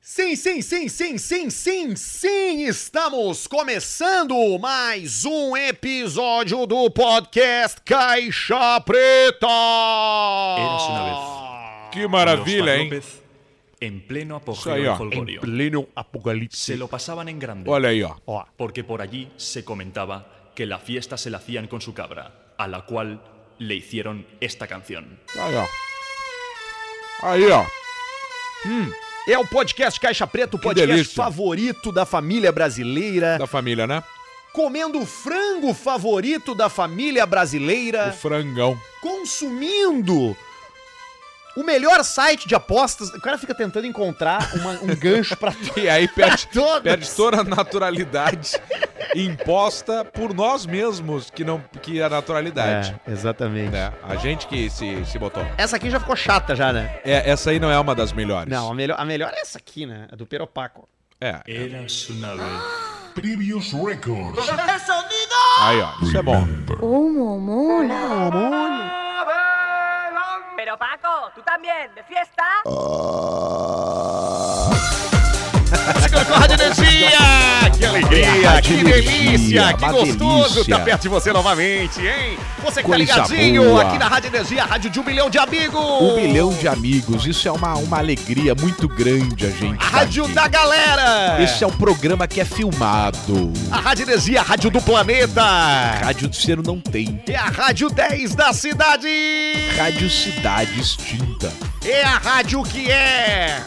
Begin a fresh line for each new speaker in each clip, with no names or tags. Sim, sim, sim, sim, sim, sim, sim! Estamos começando mais um episódio do podcast Caixa Preta!
Érase una
Que maravilha,
Los
hein?
López, en pleno
Isso
apogeo
aí, ó.
del
Em
folgorio.
pleno apocalipse.
Se lo pasaban en grande,
Olha aí, ó.
Ó,
porque por allí se comentaba que la fiesta se la hacían con su cabra, a la cual le hicieron esta canción.
Aí, ó. Aí, ó.
é o podcast Caixa Preta, o podcast
delícia.
favorito da família brasileira.
Da família, né?
Comendo o frango favorito da família
O
brasileira.
frangão.
Consumindo o melhor site de apostas. O cara fica tentando encontrar uma- um gancho pra
E aí perde,
todas.
perde toda a naturalidade imposta por nós mesmos, que não que é a naturalidade.
É, exatamente.
né? A gente que se, se botou.
Essa aqui já ficou chata já, né?
É, essa aí não é uma das melhores.
Não, a melhor, a melhor é essa aqui, né? A do Peropaco.
É.
Eras una vez.
Previous Records.
Aí, ó. Isso é bom.
¿Cómo mola?
Pero Paco, tú también, de fiesta.
Acorde energia! Que alegria, que delícia, que
uma
gostoso
delícia.
tá perto de você novamente, hein? Você que tá
é. Coisa
ligadinho
boa.
aqui na Rádio Energia, a rádio de um milhão de amigos!
Um bilhão de amigos. Isso é uma, uma alegria muito grande, a gente. tá
A rádio da galera!
Esse é um programa que é filmado.
A Rádio Energia, a rádio do planeta!
Rádio do Ciro não tem.
É a Rádio 10 da cidade!
Rádio Cidade extinta.
É a rádio que é...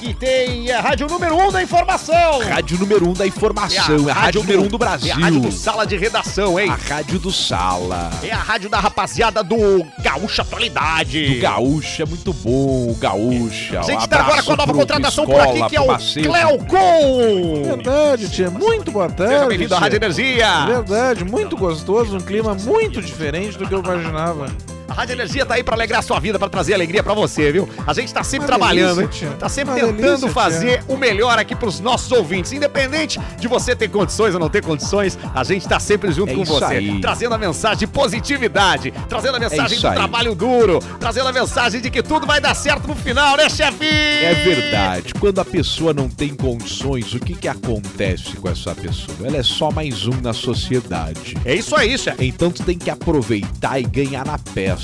Que tem... É a rádio número 1 um da informação!
Rádio número 1 um da informação. É a, rádio número 1 um do Brasil. Ah.
É a rádio do Sala de Redação, hein?
A rádio do Sala.
É a rádio da rapaziada do Gaúcha Atualidade.
Do Gaúcha, é muito bom, o Gaúcha.
A
Um
gente tá agora
abraço
com a nova
pro
contratação por
Piscola,
aqui, que é
pro
o
Macedo.
Cleocon.
Verdade, tia. Muito boa tarde.
Seja bem-vindo à
tia.
Rádio Energia.
Verdade, muito gostoso, um clima muito diferente do que eu imaginava.
A Rádio Energia tá aí pra alegrar sua vida, pra trazer alegria pra você, viu? A gente tá sempre
Uma
trabalhando, hein?
delícia, tia.
tá sempre
Uma
tentando
delícia,
fazer o melhor aqui pros nossos ouvintes. Independente de você ter condições ou não ter condições, a gente tá sempre junto
É
com
isso
você.
aí. É
Trazendo a mensagem de positividade, trazendo a mensagem
isso
do
aí.
trabalho duro, trazendo a mensagem de que tudo vai dar certo no final, né, chefe?
É verdade. Quando a pessoa não tem condições, o que, que acontece com essa pessoa? Ela é só mais um na sociedade.
É isso aí, chefe.
Então tu tem que aproveitar e ganhar na pesca.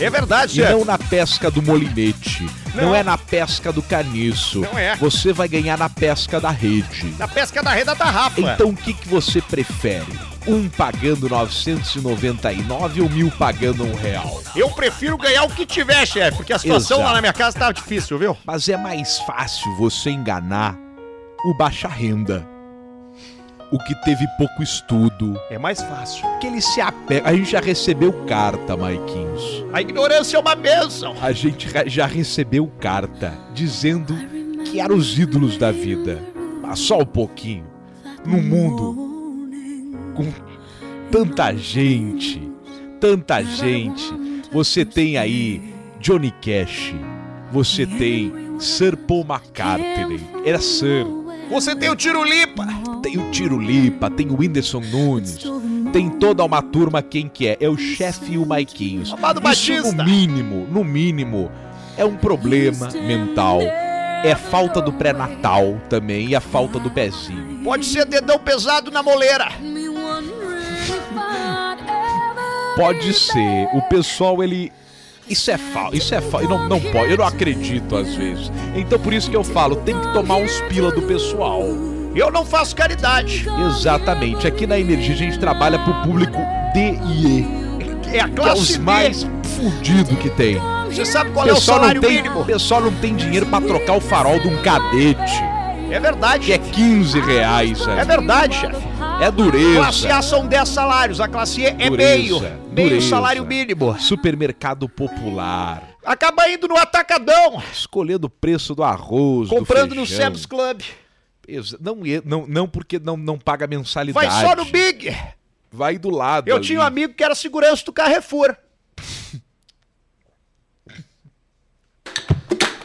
É verdade,
E
chefe.
não na pesca do molinete. Não.
Não.
é na pesca do caniço.
Não é.
Você vai ganhar na pesca da rede.
Na pesca da tá rede da tarrafa.
Então o que, que você prefere? Um pagando 999 ou mil pagando um real?
Eu prefiro ganhar o que tiver, chefe, porque a situação
Exato.
lá na minha casa tá difícil, viu?
Mas é mais fácil você enganar o baixa renda. O que teve pouco estudo.
É mais fácil.
Que ele se apega. A gente já recebeu carta, Maiquinhos.
A ignorância é uma bênção.
A gente ra- já recebeu carta dizendo que eram os ídolos da vida. Mas só um pouquinho. No mundo com tanta gente, tanta gente. Você tem aí Johnny Cash, você tem Sir Paul McCartney, era Sir,
Você tem o tirulipa.
tem o Tiro Lipa, tem o Whindersson Nunes, tem toda uma turma quem que é? É o chefe e o Maiquinhos.
Amado
Isso
Batista.
no mínimo, no mínimo, é um problema mental. É a falta do pré-natal também e a falta do pezinho.
Pode ser dedão pesado na moleira.
Pode ser. O pessoal, ele. Isso é falso, isso é falso. Não, não pode, eu não acredito às vezes. Então por isso que eu falo, tem que tomar uns pila do pessoal.
Eu não faço caridade.
Exatamente. Aqui na Energia a gente trabalha pro público D e E,
É a
que é
classe
os
B.
mais fudido que tem.
Você sabe
O
qual é o
pessoal,
salário
não tem,
mínimo?
o pessoal não tem dinheiro pra trocar o farol de um cadete.
É verdade.
Que é 15 reais,
É
sabe?
verdade, chefe.
É
Classe
dureza.
A são 10 salários, a classe E é meio.
Dureza,
Meio
dureza.
salário mínimo.
Supermercado popular.
Acaba indo no atacadão,
Escolhendo o preço do arroz. do
comprando no
feijão.
Sam's Club.
Exa- Não, e- não, não porque não, não paga mensalidade.
Vai só no Big.
Vai do lado.
Eu
ali.
tinha um amigo que era segurança do Carrefour.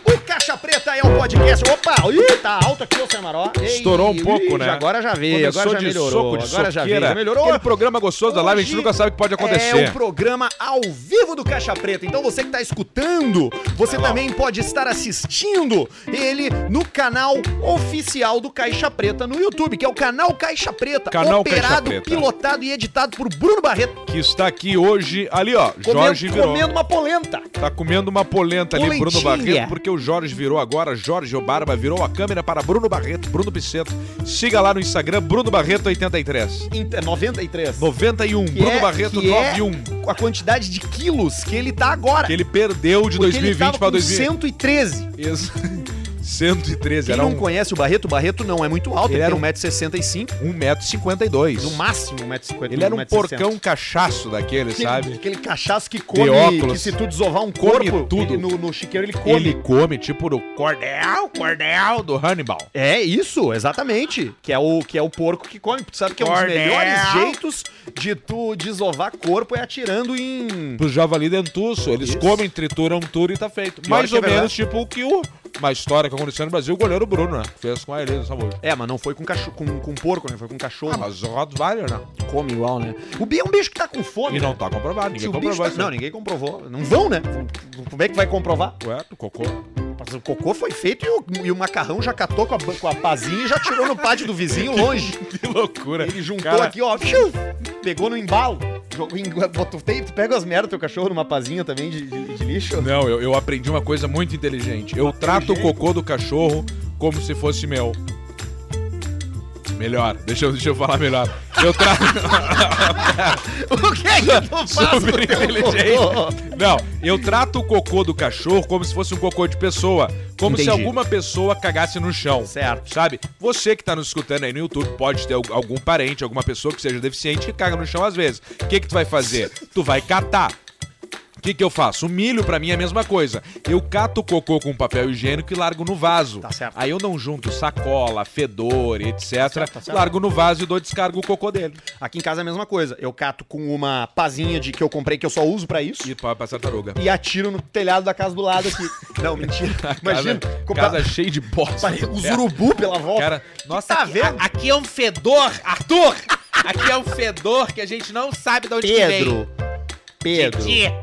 O Caixa Preta Esta é o podcast. Opa! Ih, tá alto aqui, ô Samaró. Ei,
Estourou um
ih,
pouco, né?
Agora já veio,
Começou
agora já
de
melhorou.
soco, de
agora já veio,
soqueira.
já melhorou.
Aquele programa gostoso da live, a gente
Hoje
nunca sabe o que pode acontecer.
É um programa ao vivo do Caixa Preta. Então você que tá escutando, você também pode estar assistindo ele no canal oficial do Caixa Preta no YouTube, que é o canal Caixa Preta,
Canal Caixa
operado,
Preta.
pilotado e editado por Bruno Barreto,
Que está aqui hoje, ali ó,
comendo,
Jorge virou.
comendo uma polenta.
Tá comendo uma polenta ali, Bruno
Polentinha.
Barreto, porque o Jorge virou agora, Jorge o Barba virou a câmera para Bruno Barreto, Bruno Piceto. Siga lá no Instagram, Bruno Barreto83.
Em- é 93.
91,
Que
Bruno
é-
Barreto
que é
91.
a quantidade de quilos que ele tá agora.
Que ele perdeu de
Porque ele
2020
tava
para
com
2020.
113.
Isso. 113,
Quem
era
não
um,
conhece o Barreto, o Barreto não é muito alto,
Ele
ele,
era um-
tem 1,65m, no
1,52m.
máximo 1,50m.
Ele era um porcão cachaço daquele,
Aquele,
sabe?
aquele cachaço que come,
De óculos.
que se tu desovar um
Come
corpo
tudo.
ele- no, no chiqueiro, ele come.
Ele come tipo o cordel, cordel do Hannibal.
É isso, exatamente. Que é o que é o porco que come. Tu sabe que é um dos
Cordel.
melhores jeitos de tu desovar corpo é atirando em...
pro javali dentuço. Eles
Isso.
comem, trituram, tudo e tá feito.
Pior
Mais
que
ou
é verdade.
menos tipo o que o, uma história que aconteceu no Brasil, o goleiro Bruno, né? Fez com a Elisa Samuel.
É, mas não foi com, cachorro, com, com porco, né? Foi com cachorro.
Ah, mas o Rottweiler, né?
come igual, né? O Bi é um bicho que tá com fome.
E
né?
não tá comprovado,
Se
ninguém
o bicho
comprovou
tá-
isso.
Não, ninguém comprovou. Não vão, né? Como é que vai comprovar?
Ué, tu cocô.
Mas O cocô foi feito e o, e o macarrão já catou com a, ba- com a pazinha e já tirou no pátio do vizinho longe.
Que loucura.
Ele juntou
Cara,
aqui, ó, fiu, pegou no embalo. Jogou em- botou- tem- tu pega as merdas do teu cachorro numa pazinha também de, de- de lixo?
Não, eu, eu aprendi uma coisa muito inteligente. Eu trato o cocô do cachorro como se fosse meu. Melhor, deixa eu, deixa eu falar melhor. Eu trato.
o que é que tu faz com o
Super
teu cocô?
inteligente. Não, eu trato o cocô do cachorro como se fosse um cocô de pessoa. Como se
Entendi.
alguma pessoa cagasse no chão.
Certo.
Sabe? Você que tá nos escutando aí no YouTube pode ter al- algum parente, alguma pessoa que seja deficiente que caga no chão às vezes. O que que tu vai fazer? tu vai catar. O que, que eu faço? O milho pra mim é a mesma coisa. Eu cato o cocô com papel higiênico e largo no vaso.
Tá certo.
Aí eu não junto sacola, fedor, etc.
tá certo.
Largo no vaso e dou descargo o cocô dele.
Aqui em casa é a mesma coisa. Eu cato com uma pazinha de que eu comprei que eu só uso pra isso.
E pra, pra tartaruga.
e atiro no telhado da casa do lado aqui. é Não, mentira. Imagina.
Casa,
comprar-
casa cheia de bosta. É.
Pare- Os urubu pela volta.
Cara, nossa,
tá
aqui-
vendo?
Aqui é um fedor, Arthur! Aqui é um fedor que a gente não sabe de onde que vem.
Pedro. Pedro.
Titi,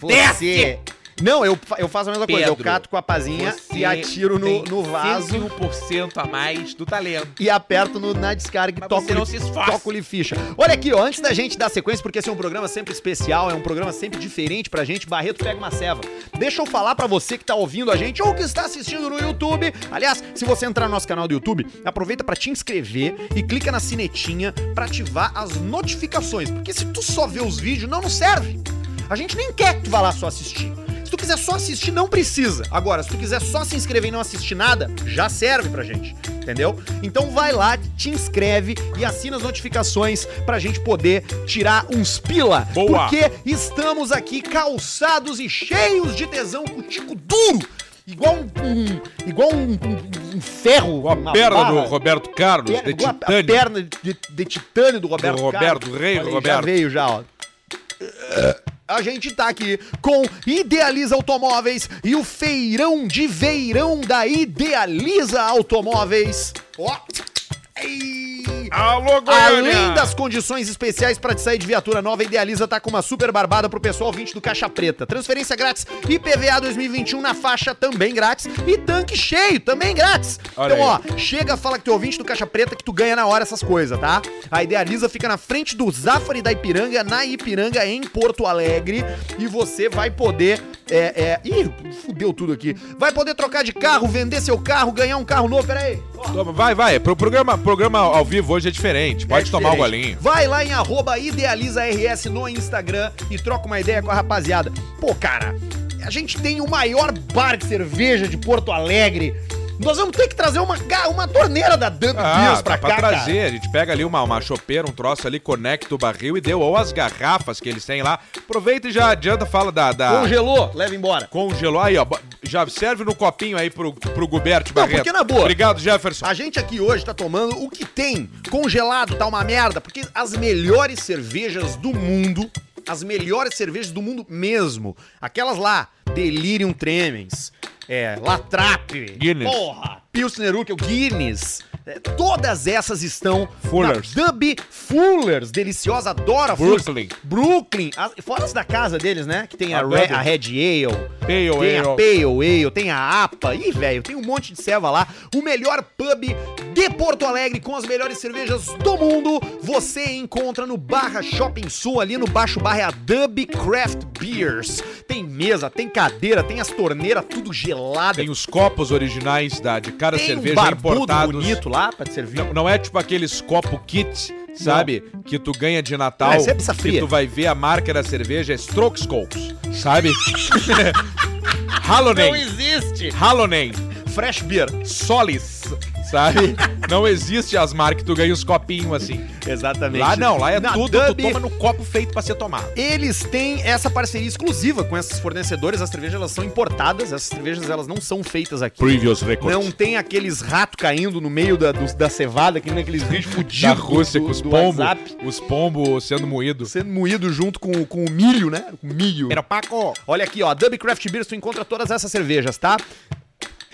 Você. Não, eu, fa- eu faço a mesma coisa. Eu
Pedro,
cato com a pazinha
você
e atiro no,
tem
no vaso
1% a mais do talento.
e aperto no- na descarga e
Mas
toco
você não se esforça.
Toco-lhe ficha. Olha aqui, ó, antes da gente dar sequência, porque esse é um programa sempre especial, é um programa sempre diferente pra gente, Barreto pega uma ceva. Deixa eu falar pra você que tá ouvindo a gente ou que está assistindo no YouTube. Aliás, se você entrar no nosso canal do YouTube, aproveita pra te inscrever e clica na sinetinha pra ativar as notificações, porque se tu só vê os vídeos, não nos serve. A gente nem quer que tu vá lá só assistir. Se tu quiser só assistir, não precisa. Agora, se tu quiser só se inscrever e não assistir nada, já serve pra gente, entendeu? Então vai lá, te inscreve e assina as notificações pra gente poder tirar uns pila.
Boa.
Porque estamos aqui calçados e cheios de tesão, com o tico duro. Igual um, um- igual um, um- um ferro.
Com a
uma
perna
barra.
do Roberto Carlos,
Per-
de
igual a- A
Titânio.
perna de, de titânio do Roberto
Do Roberto,
Carlos.
rei
Olha aí, Já
Roberto.
veio já, ó. A gente tá aqui com Idealiza Automóveis e o feirão de verão da Idealiza Automóveis. Ó. Ei.
Alô,
Além das condições especiais para te sair de viatura nova, a Idealiza tá com uma super barbada pro pessoal 20 do Caixa Preta. Transferência grátis, IPVA 2021 na faixa também grátis e tanque cheio também grátis.
Olha
então,
aí.
ó, chega, fala que tu é ouvinte do Caixa Preta que tu ganha na hora essas coisas, tá? A Idealiza fica na frente do Zafari da Ipiranga, na Ipiranga, em Porto Alegre. E você vai poder. É, é. Ih, fudeu tudo aqui. Vai poder trocar de carro, vender seu carro, ganhar um carro novo. Pera aí. Ó.
Toma, Vai, vai. Pro programa, programa ao vivo hoje é diferente. Pode
É
tomar o
diferente.
golinho.
Vai lá em arroba idealizaRS no Instagram e troca uma ideia com a rapaziada. Pô, cara, a gente tem o maior bar de cerveja de Porto Alegre. Nós vamos ter que trazer uma, ga- uma torneira da Dump
Ah,
Beers pra
dá pra
cá, cara.
trazer. A gente pega ali uma, uma chopeira, um troço ali, conecta o barril e deu. Ou as garrafas que eles têm lá. Aproveita e já adianta, fala da. da...
Congelou, leva embora.
Congelou aí, ó. Bo- Já serve no copinho aí pro, pro Guberto
Não,
Barreto.
porque na boa.
Obrigado, Jefferson.
A gente aqui hoje tá tomando o que tem. Congelado tá uma merda, porque as melhores cervejas do mundo as melhores cervejas do mundo mesmo. Aquelas lá, Delirium Tremens, é, Latrap,
Guinness.
porra, Pilsner Urquell, Guinness. É, todas essas estão
Fuller's.
na Dub Fullers, deliciosa, adora Fullers.
Brooklyn.
Brooklyn, as- fora as da casa deles, né? Que tem a,
A
Re-
Double.
a Red Ale,
Pale
tem a
Ale.
Pale Ale, tem a APA. Ih, velho, tem um monte de ceva lá. O melhor pub de Porto Alegre com as melhores cervejas do mundo. Você encontra no Barra Shopping Sul, ali no Baixo Barra, é a Dub Craft Beers. Tem mesa, tem cadeira, tem as torneiras, tudo gelada.
Tem os copos originais da, de cada
Tem um
cerveja importados.
bonito lá pra te servir.
Não, não é tipo aqueles copo kit, sabe? Que tu ganha de Natal.
Não, é sempre essa fria.
Que tu vai ver a marca da cerveja, é Strokescopes, sabe? Halonen,
existe!
Halonen,
Fresh Beer.
Solis, sabe? Não existe as marcas que tu ganha os copinhos assim.
Exatamente.
Lá não, lá é tudo,
Dub,
tu toma no copo feito pra ser tomado.
Eles têm essa parceria exclusiva com esses fornecedores. As cervejas elas são importadas, essas cervejas elas não são feitas aqui.
Previous Records.
Não tem aqueles ratos caindo no meio da, dos- da cevada, que nem aqueles vídeos
da
fudidos
Rússia com os
do
pombos,
WhatsApp,
os pombos sendo moídos.
sendo moído junto com, o- com o milho, né? Com o milho.
Paco.
Olha aqui, ó, a Dub Craft Beers, tu encontra todas essas cervejas, tá?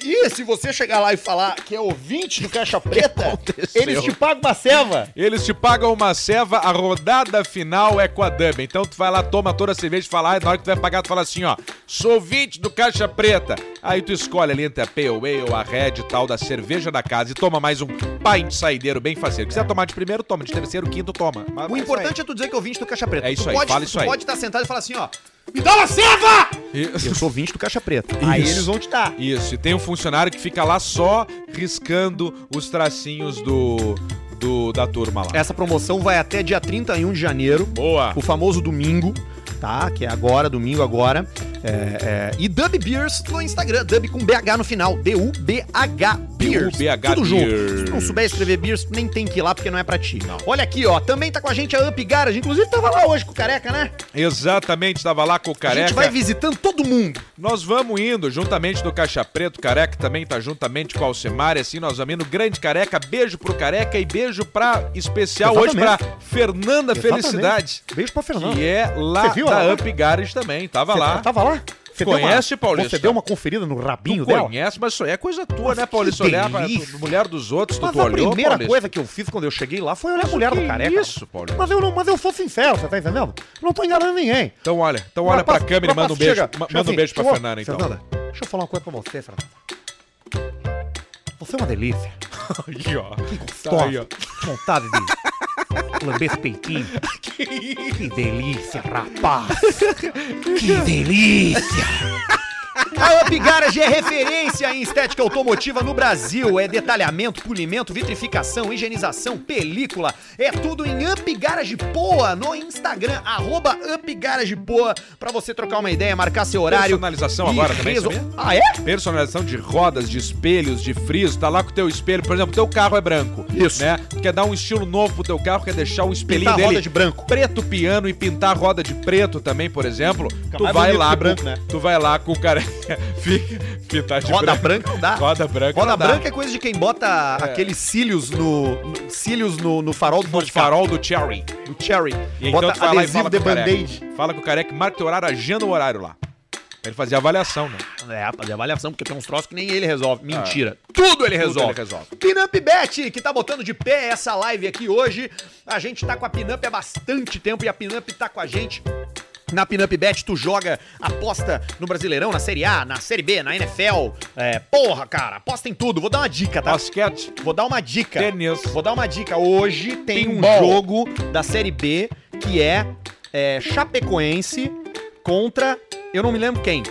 E se você chegar lá e falar que é ouvinte do Caixa Preta,
aconteceu?
eles te pagam uma ceva.
Eles te pagam uma ceva, a rodada final é com a Dub. Então tu vai lá, toma toda a cerveja e fala, ah, na hora que tu vai pagar, tu fala assim, ó, sou 20 do Caixa Preta. Aí tu escolhe ali entre a Pale Ale, a Red e tal, da cerveja da casa e toma mais um pint saideiro bem faceiro. Quiser tomar de primeiro, toma. De terceiro, quinto, toma. Mas-
O
mas
importante é tu dizer que é ouvinte do Caixa Preta.
É isso
Tu
aí,
pode,
fala isso
tu
aí.
pode estar sentado e falar assim, ó, me dá uma ceva!
aí. E-
Eu sou ouvinte do Caixa Preta. Aí
Isso.
eles vão te dar.
Isso, e tem um funcionário que fica lá só riscando os tracinhos do, do da turma lá.
Essa promoção vai até dia 31 de janeiro,
Boa.
o famoso domingo, tá? Que é agora, domingo agora. É, é, E Dub Beers no Instagram, Dub com BH no final, D-U-B-H Beers.
D-U-B-H
Tudo junto.
Beers.
Se tu não souber escrever Beers, tu nem tem que ir lá, porque não é pra ti. Olha aqui, ó, também tá com a gente a Up Garage, inclusive tava lá hoje com o Careca, né?
Exatamente, estava lá com o
A
careca.
gente vai visitando todo mundo.
Nós vamos indo juntamente do Caixa Preto, Careca também tá juntamente com a Alcemar, e assim nós vamos indo. Grande Careca, beijo pro Careca e beijo pra especial hoje
Exatamente.
pra Fernanda Felicidade,
Beijo pra Fernando.
que é lá
Você viu
da
ela? né? tá
Up Garage também, tava lá.
Tava lá? Você
Conhece,
deu uma...
Paulista?
Você deu uma conferida no rabinho
Tu
dela?
conhece, mas isso aí é coisa tua,
Mas
né,
que
Paulista? Olhar pra
delícia.
mulher dos outros, tu,
Mas
tu
a
olhou,
primeira
Paulista?
coisa que eu fiz quando eu cheguei lá foi olhar a mulher do
que
careca.
isso, Paulinho?
Mas eu, não, mas eu sou sincero, você tá entendendo? Não tô enganando ninguém.
Então olha, então olha pra
Mas,
câmera e
mas,
manda um beijo.
chega,
ma-
chega
manda um
assim,
beijo pra
chegou.
Fernanda, então.
Fernanda, deixa eu falar uma coisa pra você, Fernanda. Você é uma delícia.
Aí, ó.
Toma.
Tá Aí, ó.
Vontade de lamber esse peitinho. que delícia, rapaz. que delícia. A Up Garage é referência em estética automotiva no Brasil. É detalhamento, polimento, vitrificação, higienização, película. É tudo em Up Garage Poa no Instagram, arroba Up Garage Poa, pra você trocar uma ideia, marcar seu horário.
Personalização
e
agora também,
resol-
sabia?
Ah, é?
personalização de rodas, de espelhos, de friso, tá lá com o teu espelho, por exemplo, teu carro é branco, Isso. né? Tu quer dar um estilo novo pro teu carro, quer deixar um espelhinho
Pintar a
dele
roda de branco.
preto piano e pintar a roda de preto também, por exemplo, tu
mais
vai
bonito
lá
que
com,
branco, né?
tu vai lá com o cara Fica- pintar de
Roda
branco.
branca não dá.
Roda branca.
Roda
não dá.
branca é coisa de quem bota aqueles cílios no, no- cílios no, no farol do
no
Monte Carlo,
farol do Cherry.
do Cherry.
E então
bota
tu vai lá e
adesivo
fala
de
com o
band-aid.
careca. Fala com o careca, marca teu horário, agenda o horário lá. Pra ele fazer a avaliação, né?
É, rapaz, é avaliação, porque tem uns troços que nem ele resolve. Mentira. Tudo ele resolve.
É. ele resolve.
Pinup Bet, que tá botando de pé essa live aqui hoje. A gente tá com a Pinup há bastante tempo e a Pinup tá com a gente. Na Pinup Bet, tu joga aposta no Brasileirão, na Série A, na Série B, na NFL. É, porra, cara, aposta em tudo. Vou dar uma dica, tá?
Basquete,
Vou dar uma dica.
tênis.
Vou dar uma dica. Hoje tem um
Pinball.
jogo da Série B que é, é, Chapecoense contra. Eu não me lembro quem.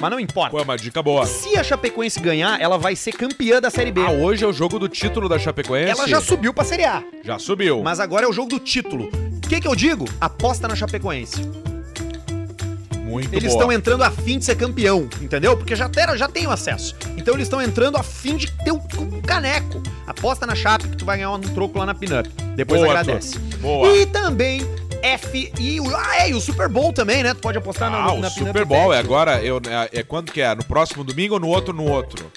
Mas não
Pô, é
importa.
uma dica boa.
Se a Chapecoense ganhar, ela vai ser campeã da Série B.
Ah, hoje é o jogo do título da Chapecoense.
ela já subiu pra Série A.
Já subiu.
Mas agora é o jogo do título. O que, que eu digo? Aposta na Chapecoense.
Muito
Eles
boa.
estão entrando a fim de ser campeão, entendeu? Porque já, ter, já tem o acesso. Então eles estão entrando a fim de ter um, um caneco. Aposta na Chape que tu vai ganhar um troco lá na Pinup. Depois
Boa,
agradece.
Arthur. Boa.
E também F e o, ah, é, e o Super Bowl também, né? Tu pode apostar na,
Ah, o
na Pinup
Super Bowl é
Bet.
agora. Eu, é, é quando que é? No próximo domingo ou no outro no outro?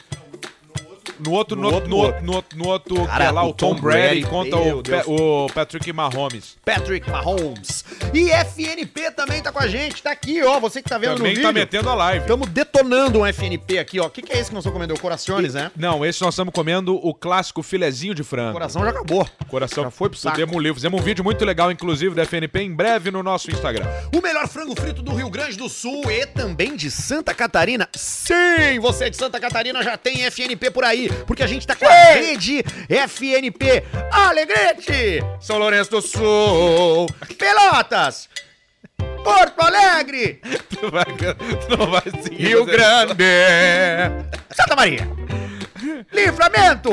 No outro, no outro, no outro, no outro, no outro, que é
Cara,
lá o Tom, Brady contra
meu
o,
Deus.
Pa- o Patrick Mahomes.
Patrick Mahomes. E FNP também tá com a gente, tá aqui, ó, você que tá vendo
Também
no
tá
vídeo.
metendo a live.
Estamos detonando um FNP aqui, ó. O que, que é esse que nós estamos comendo? É o Corações, né?
Não, esse nós estamos comendo o clássico filezinho de frango.
O coração já acabou.
Coração.
Já foi pro saco.
Demoliu. Fizemos um vídeo muito legal, inclusive, da FNP, em breve no nosso Instagram.
O melhor frango frito do Rio Grande do Sul e também de Santa Catarina. Sim, você de Santa Catarina já tem FNP por aí, porque a gente tá com a rede FNP Alegrete, São Lourenço do Sul, Pelotas, Porto Alegre,
Tu vai- tu não vai seguir.
Rio
você-
Grande, Santa Maria, Livramento,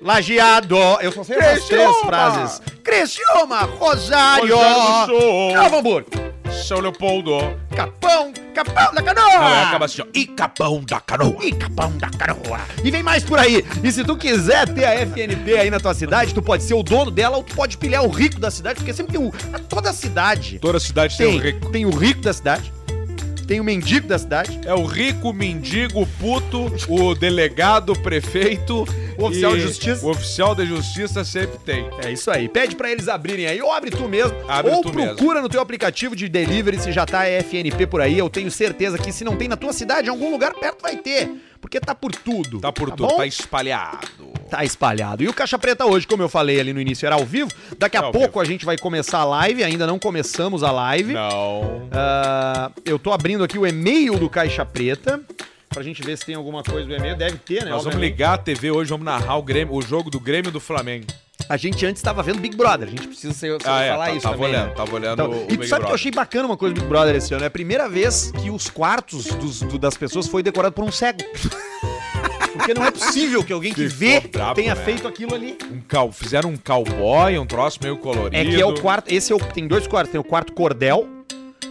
Lajeado. Eu só sei essas três
Criciúma.
frases. Criciúma, Rosário,
Rosário do Sul.
Novo Hamburgo.
São Leopoldo.
Capão, Capão da Canoa!
Não, é, acaba assim, ó. E capão da canoa.
E Capão da Canoa! E vem mais por aí! E se tu quiser ter a FNP aí na tua cidade, tu pode ser o dono dela ou tu pode pilhar o rico da cidade, porque sempre tem o. é Toda a cidade
Toda cidade tem,
tem,
um rico.
tem o rico da cidade, tem o mendigo da cidade,
É o rico, o mendigo, o puto, o delegado, o prefeito.
O oficial
e-
de justiça.
O oficial da justiça sempre tem.
É isso aí. Pede pra eles abrirem aí. Ou abre tu mesmo.
Abre
ou
tu
procura no teu aplicativo de delivery se já tá FNP por aí. Eu tenho certeza que se não tem na tua cidade, em algum lugar perto vai ter. Porque tá por tudo.
Tá por tudo,
bom?
tá espalhado.
Tá espalhado. E o Caixa Preta hoje, como eu falei ali no início, era ao vivo. Daqui a
Ao
pouco a gente vai começar a live. Ainda não começamos a live.
Não.
Ah, eu tô abrindo aqui o e-mail do Caixa Preta. Pra gente ver se tem alguma coisa do e-mail. Deve ter, né?
Nós vamos
Obviamente.
ligar a TV hoje, vamos narrar o, Grêmio, o jogo do Grêmio e do Flamengo.
A gente antes estava vendo Big Brother. A gente precisa ser-
Ah, é,
falar
tá-
isso
tava
também.
olhando,
né?
tava olhando
Então,
o- o
e
Big
sabe que eu
Brother.
achei bacana uma coisa do Big Brother esse ano? É a primeira vez que os quartos dos- do- das pessoas foi decorado por um cego. Porque não é possível que alguém que
Ficou
vê
brabo,
tenha
né?
feito aquilo ali.
Um cal, fizeram um cowboy, um troço meio colorido.
É que é o quarto. Esse é o, tem dois quartos. Tem o quarto cordel,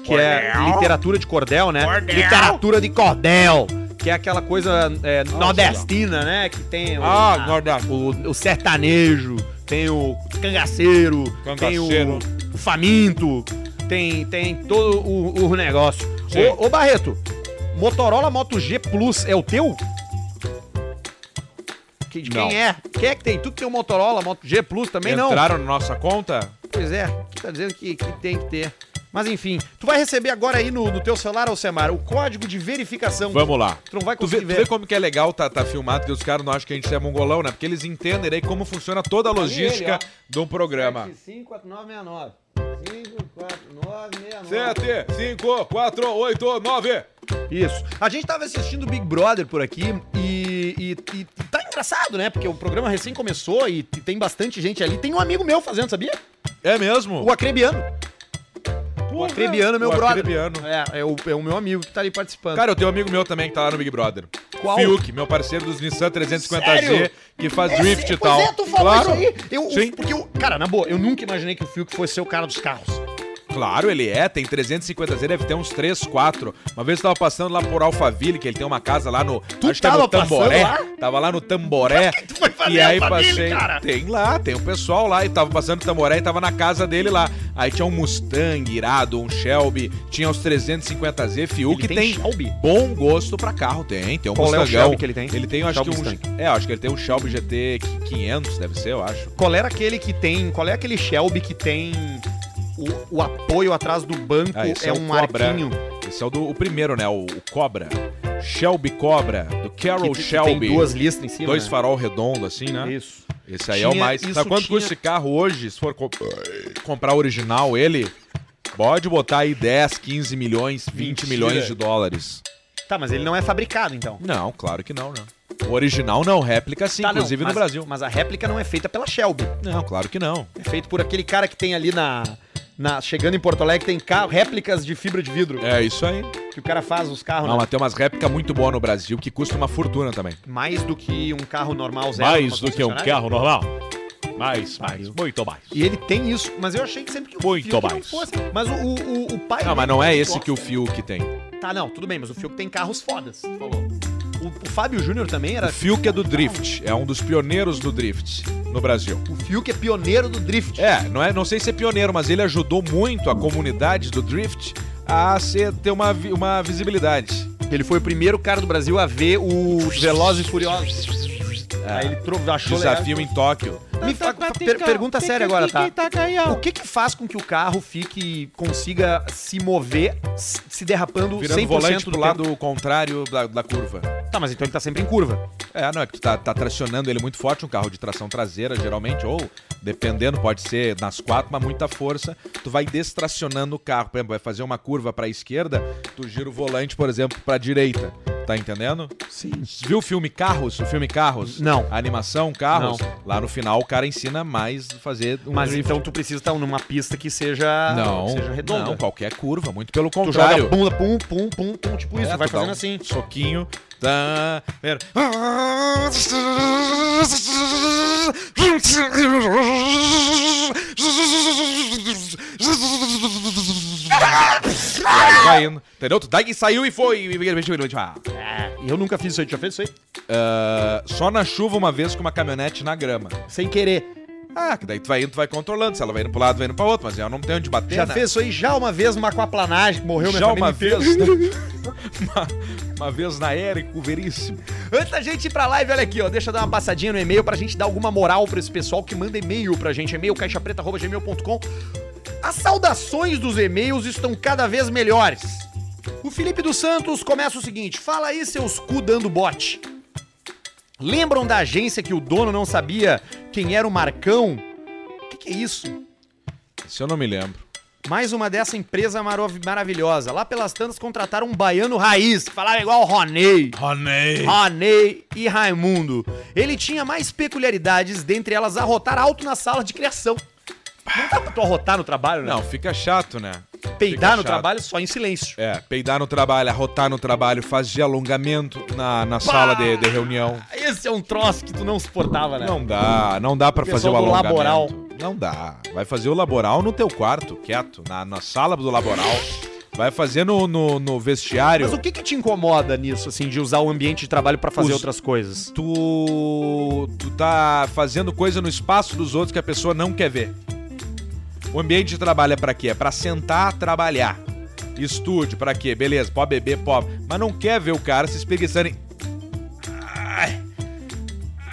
que é literatura de cordel, né? Literatura de cordel, que é aquela coisa é, nordestina, né? Que tem o,
Ah,
a-
guarda.
o, o sertanejo, tem o cangaceiro, tem
Cangaceiro.
o, o faminto, tem, tem todo o, o negócio.
Sim.
Ô, ô, Barreto, Motorola Moto G Plus é o teu? Que- De quem
Não.
é? Quem é que tem? Tu que tem o Motorola Moto G Plus também não?
Entraram na nossa conta?
Pois é, que tá dizendo que, que tem que ter. Mas enfim, tu vai receber agora aí no, no teu celular, Alcemar, o código de verificação.
Vamos lá.
Tu não vai
Tu vê,
conseguir
tu
ver.
vê como que é legal tá, tá filmado, que os caras não acham que a gente é mongolão, né? Porque eles entendem aí como funciona toda
Tá
a logística
ele,
de um programa.
54969. 54969.
7, 5, 4, 8, 9.
Isso. A gente tava assistindo Big Brother por aqui e, e- e tá engraçado, né? Porque o programa recém começou e t- tem bastante gente ali. Tem um amigo meu fazendo, sabia?
É mesmo?
O Acrebiano. O Acrebiano é meu
O
brother.
Acrebiano.
É, é o, é o meu amigo que tá ali participando.
Cara, eu tenho um amigo meu também que tá lá no Big Brother.
Qual?
Fiuk, meu parceiro dos Nissan 350Z,
Sério?
que faz
Esse-
drift e
pois
tal.
é, tu falou
claro,
isso aí. Eu, o-
Sim.
porque, eu, cara, na boa, eu nunca imaginei que o Fiuk fosse ser o cara dos carros.
Claro, ele é, tem 350Z, deve ter uns 3, 4. Uma vez eu tava passando lá por Alphaville, que ele tem uma casa lá no.
Tu
acho que é
tava
no Tamboré.
passando
Tava lá no Tamboré.
Tu foi fazer
E aí
Alphaville,
passei.
cara?
Tem lá, tem o pessoal lá. E tava passando no Tamboré e tava na casa dele lá. Aí tinha um Mustang irado, um Shelby, tinha os 350Z Fiuk,
Ele
que
tem
tem,
Shelby?
bom gosto pra carro. Tem, tem um
Qual é o
Mustangão.
Shelby que ele tem?
Ele tem, eu acho
Shelby
que um.
Mustang.
É, eu acho que ele tem um Shelby GT 500, deve ser, eu acho.
Qual era aquele que tem. Qual é aquele Shelby que tem o, o apoio atrás do banco?
Ah, esse
é,
é o
um
Cobra.
arquinho.
Esse é o, do, o primeiro, né? O, o Cobra. Shelby Cobra, do
que-
Carol
que
Shelby.
Tem duas listas em cima.
Dois
né?
farol redondo, assim, né?
Isso.
Esse aí é o
Tinha
mais.
isso,
Sabe quanto
tinha-
custa esse carro hoje? Se for co- comprar original, ele. Pode botar aí 10, 15 milhões, 20
Mentira.
milhões de dólares.
Tá, mas ele não é fabricado, então.
Não, claro que não, né? O original não, réplica sim,
Tá, não,
inclusive
mas-
no Brasil.
Mas a réplica não é feita pela Shelby.
Não, claro que não.
É feito por aquele cara que tem ali na. na chegando em Porto Alegre, tem carro, réplicas de fibra de vidro.
É isso aí.
Que o cara faz os carros,
Não,
né?
mas tem umas réplicas muito boas no Brasil que custam uma fortuna também.
Mais do que um carro normal zero.
Mais
numa
do que um
concessionária.
carro normal. Mais, mais, muito mais.
E ele tem isso, mas eu achei que sempre que o
Muito
Fiuk não
mais.
fosse. Mas o, o, o- o pai.
Não, mas não é esse que o Fiuk tem.
Tá, não, tudo bem, mas o Fiuk tem carros fodas. tu Falou. O, o Fábio Júnior também
O
era.
Fiuk é do drift, é um dos pioneiros do drift no Brasil.
O Fiuk é pioneiro do drift.
É, não, é, não sei se é pioneiro, mas ele ajudou muito a comunidade do drift a ser, ter uma, vi- uma visibilidade.
Ele foi o primeiro cara do Brasil a ver o Velozes e Furiosos. É. Aí ele tro- achou
Desafio em Tóquio.
legal. Me fa- per- pergunta séria agora, tá? O que que faz com que o carro fique consiga se mover s- se derrapando
Virando
100%
o volante
do
pro
lado?
lado contrário da, da curva.
Tá, mas então ele tá sempre em curva.
É, não, é que tu tá, tá tracionando ele muito forte, um carro de tração traseira, geralmente, ou dependendo, pode ser nas quatro, mas muita força. Tu vai destracionando o carro. Por exemplo, vai fazer uma curva pra esquerda, tu gira o volante, por exemplo, pra direita. Tá entendendo?
Sim.
Viu o filme Carros? O filme Carros?
Não.
A animação Carros? Lá no final o cara ensina mais a fazer um
Mas
drift.
então tu precisa estar numa pista que seja,
não,
que seja redonda.
não, qualquer curva, muito pelo
Tu joga
contrário.
bunda, pum, pum, pum, pum, tipo isso,
É,
vai
tu dá
fazendo
um
assim.
Soquinho. Tá. Primeiro. E aí vai indo. Entendeu? Tu dá e saiu e foi. É.
E eu nunca fiz isso aí, tu já fez isso aí?
Ah, só na chuva uma vez com uma caminhonete na grama.
Sem querer.
Ah, que daí tu vai indo, tu vai controlando. Se ela vai indo pro lado, vai indo pra outro, mas ela não tem onde bater.
Já
né?
fez isso aí já uma vez numa aquaplanagem que morreu minha
Já
família
uma
inteira.
vez. uma, uma vez na Érico Veríssimo.
Antes da gente ir pra live, olha aqui, ó. Deixa eu dar uma passadinha no e-mail pra gente dar alguma moral pra esse pessoal que manda e-mail pra gente. E-mail caixapreta.gmail.com. As saudações dos e-mails estão cada vez melhores. O Felipe dos Santos começa o seguinte: fala aí, seus cu dando bote. Lembram da agência que o dono não sabia quem era o Marcão? O que, que é isso?
Isso eu não me lembro.
Mais uma dessa empresa marov- maravilhosa. Lá pelas tantas contrataram um baiano raiz, que falava igual o Roney. Roney. Roney e Raimundo. Ele tinha mais peculiaridades, dentre elas arrotar alto na sala de criação. Não dá pra tu arrotar no trabalho, né?
Não, fica chato, né?
Peidar
fica
no
chato.
trabalho só em silêncio.
É, peidar no trabalho, arrotar no trabalho, fazer alongamento na, na sala de, de reunião.
Esse é um troço que tu não suportava, né?
Não dá, não dá pra fazer
Pessoal
o
do
alongamento.
laboral.
Não dá. Vai fazer o laboral no teu quarto, quieto, na, na sala do laboral. Vai fazer no, no, no vestiário.
Mas o que que te incomoda nisso, assim, de usar o ambiente de trabalho pra fazer
Os-
outras coisas?
tu, tu tá fazendo coisa no espaço dos outros que a pessoa não quer ver. O ambiente de trabalho é pra quê? É pra sentar, trabalhar. Estúdio, pra quê? Beleza, pode beber, pode. Mas não quer ver o cara se espreguiçando em... Ai.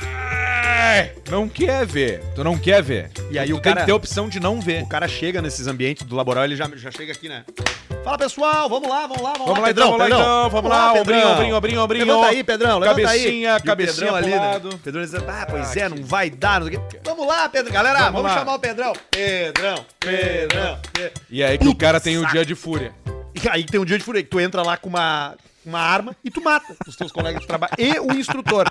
Ai. Não quer ver. Tu não quer ver.
E aí
tu
o
tem
cara-
que ter a opção de não ver.
O cara chega nesses ambientes do laboral, ele já, já chega aqui, né? Fala pessoal, vamos lá, vamos lá, vamos,
Vamos
lá,
lá, então, vamos lá, então, vamos lá, ombrinho, ombrinho, ombrinho, ombrinho.
Levanta aí, Pedrão, levanta
Cabecinha,
aí. E o
cabecinha
Pedrão
pro
ali, né?
lado.
Pedrão dizendo, ah, pois é, não vai dar, não sei o quê. Vamos lá, Pedro, galera, vamos,
Vamos lá.
chamar o Pedrão. Pedrão, Pedrão, Pedrão.
E aí que o cara tem o dia de fúria.
E aí tem um dia de fúria que tu entra lá com uma, uma arma e tu mata os teus colegas de trabalho e o instrutor.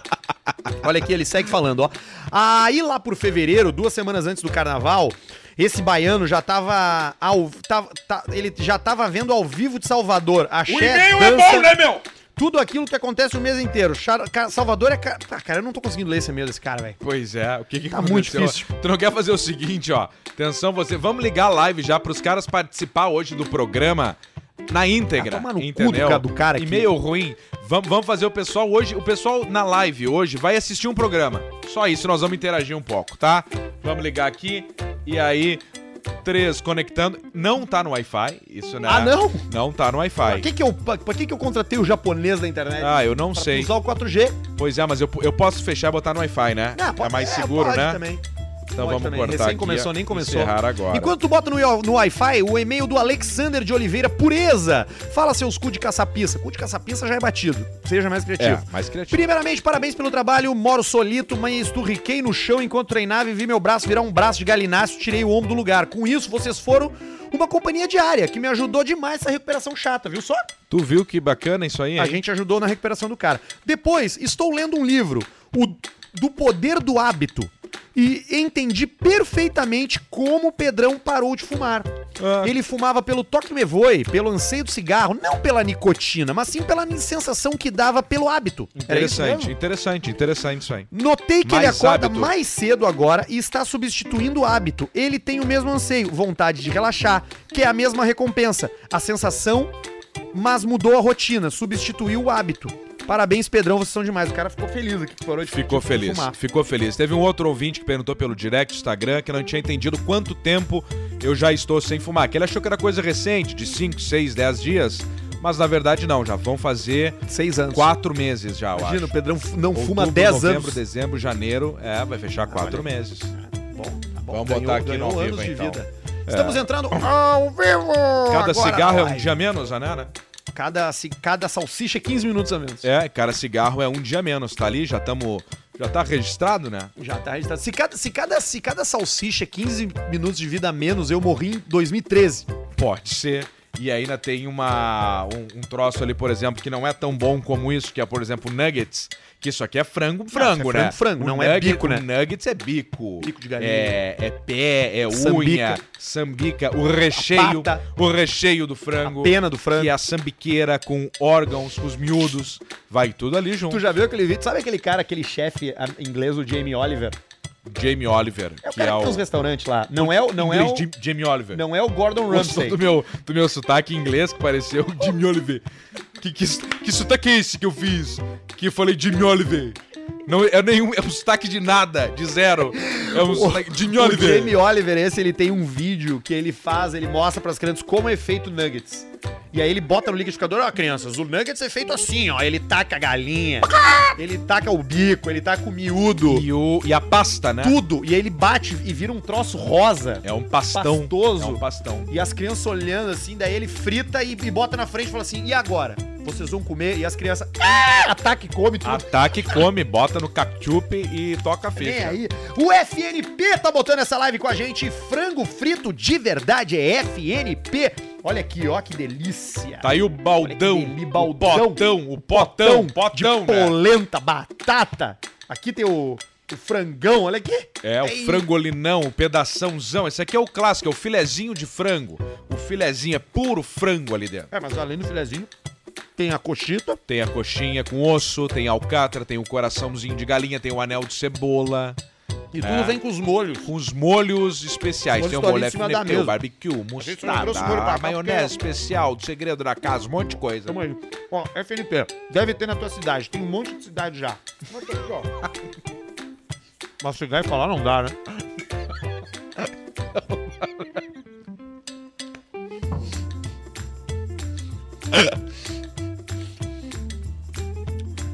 Olha aqui, ele segue falando, ó. Aí lá por fevereiro, duas semanas antes do carnaval, esse baiano já tava ao tava- tá- ele já tava vendo ao vivo de Salvador. Axé,
O e-mail é
dança,
bom, né, meu?
Tudo aquilo que acontece o mês inteiro. Char- ca- Salvador é ca- Ah, cara, eu não tô conseguindo ler esse e-mail desse cara, velho.
Pois é, o que que
Tá muito
aconteceu?
difícil.
Tu não quer fazer o seguinte, ó. Atenção você, vamos ligar a live já pros caras participar hoje do programa na íntegra,
Ah, toma no cu
entendeu?
do ca- do cara aqui.
E-mail ruim. Vamos, vamos fazer o pessoal hoje, o pessoal na live hoje vai assistir um programa. Só isso, nós vamos interagir um pouco, tá? Vamos ligar aqui e aí três conectando. Não tá no Wi-Fi, isso né?
Ah, não?
Não tá no
Pra
Wi-fi.
que que eu pra pra que que eu contratei o japonês da internet?
Ah, eu não
Pra
sei.
Usar o 4G.
Pois é, mas eu, eu posso fechar e botar no Wi-Fi, né?
Ah, pode-
é mais
é,
seguro,
pode
né?
também.
Então
Pode
vamos
também.
cortar
Recém
aqui,
começou,
ó,
nem começou.
Encerrar agora.
Enquanto tu bota no, i- no Wi-Fi, o e-mail do Alexander de Oliveira, pureza. Fala seus cu de caçapiça. Cu de caçapiça já é batido. Seja mais criativo.
É, mais criativo.
Primeiramente, parabéns pelo trabalho. Moro solito, mãe esturriquei no chão enquanto treinava e vi meu braço virar um braço de galináceo, tirei o ombro do lugar. Com isso, vocês foram uma companhia diária que me ajudou demais essa recuperação chata, viu só?
Tu viu que bacana isso aí?
A
hein?
gente ajudou na recuperação do cara. Depois, estou lendo um livro, o do poder do hábito. E entendi perfeitamente como o Pedrão parou de fumar.
Ah.
Ele fumava pelo toque me voe, pelo anseio do cigarro, não pela nicotina, mas sim pela sensação que dava pelo hábito. Era isso
Interessante,
mesmo?
interessante, interessante isso aí.
Notei que ele
Mais
acorda
hábito.
mais cedo agora e está substituindo o hábito. Ele tem o mesmo anseio, vontade de relaxar, que é a mesma recompensa. A sensação, mas mudou a rotina, substituiu o hábito. Parabéns, Pedrão, vocês são demais. O cara ficou feliz aqui, que parou de
Ficou feliz,
fumar.
ficou feliz. Teve um outro ouvinte que perguntou pelo direct do Instagram que não tinha entendido quanto tempo eu já estou sem fumar. Que ele achou que era coisa recente, de 5, 6, 10 dias. Mas na verdade não, já vão fazer
Seis anos.
quatro meses já, eu
Imagina, o
acho.
Pedrão f- não fuma
Outubro,
10
novembro,
anos. Ah,
dezembro, janeiro, é, vai fechar quatro meses.
Bom, tá bom.
Vamos botar aqui no ao
anos
vivo,
de
então.
vida. Estamos entrando ao vivo!
Cada
agora
cigarro
na
é um
live.
dia menos, né, né?
Cada, ci- cada salsicha é 15 minutos a menos.
É, cara, cigarro é um dia menos, tá ali, já estamos, já tá registrado, né?
Já tá registrado. Se cada, se, cada, se cada salsicha é 15 minutos de vida a menos, eu morri em 2013.
Pode ser. E ainda tem uma, um, um troço ali, por exemplo, que não é tão bom como isso, que é, por exemplo, nuggets. Que isso aqui é frango, frango,
isso é
né?
frango, frango,
O
não é bico, né?
O nuggets é bico.
Bico de galinha.
É, é pé, é
Sambica.
unha, sambica, o recheio,
pata.
o recheio do frango.
A pena do frango.
Que é a sambiqueira com órgãos, os miúdos. Vai tudo ali junto.
Tu já viu aquele vídeo? Sabe aquele cara, aquele chefe ah, inglês, o Jamie Oliver?
Jamie Oliver,
É o
que
cara
é
que
o...
tem uns restaurantes lá. Não é, o- não é, o,
Inglês, Jim- Jamie Oliver.
não é o Gordon
Gostou
Ramsay.
do meu, do meu sotaque em inglês que pareceu Jimmy Oliver. Que, que, que sotaque é esse que eu fiz? Que eu falei Jimmy Oliver. Não é nenhum, é um sotaque de nada, de zero. É um sotaque Jimmy
O
Oliver.
Jamie Oliver, esse, ele tem um vídeo que ele faz, ele mostra pras crianças como é feito nuggets. E aí ele bota no liquidificador, ó, crianças, o nuggets é feito assim, ó. Ele taca a galinha, ele taca o bico, ele taca o miúdo,
E, o, e a pasta, né?
tudo. E aí ele bate e vira um troço rosa.
É um pastão.
Pastoso.
É um pastão.
E as crianças olhando assim, daí ele frita e, e bota na frente e fala assim, e agora? Vocês vão comer? E as crianças, ah, ataque, come tudo.
Ataque, come, bota no ketchup e toca a ficha.
Vem É aí. O FNP tá botando essa live com a gente. Frango frito de verdade é FNP. Olha aqui, ó, que delícia.
Tá aí o baldão,
Olha que deli- baldão.
o potão, o potão,
de
potão, né?
polenta, batata. Aqui tem o, o frangão, olha aqui.
É, o
Ei.
frangolinão, o pedaçãozão. Esse aqui é o clássico, é o filezinho de frango. O filezinho é puro frango ali dentro.
É, mas além do filezinho, tem a coxita.
Tem a coxinha com osso, tem a alcatra, tem o coraçãozinho de galinha, tem o anel de cebola,
E
É.
tudo vem com os molhos.
com os molhos especiais.
Os molhos
tem
estão
o
ali
molho
em cima da
FNP, o
mesa.
barbecue,
não trouxe molho pra
mostarda,
cá é-
a maionese especial, do segredo da casa, um monte de coisa.
Tamo aí. Ó, FNP, deve ter na tua cidade. Tem um monte de cidade já. Mas aqui, ó. Mas chegar e falar não dá, né?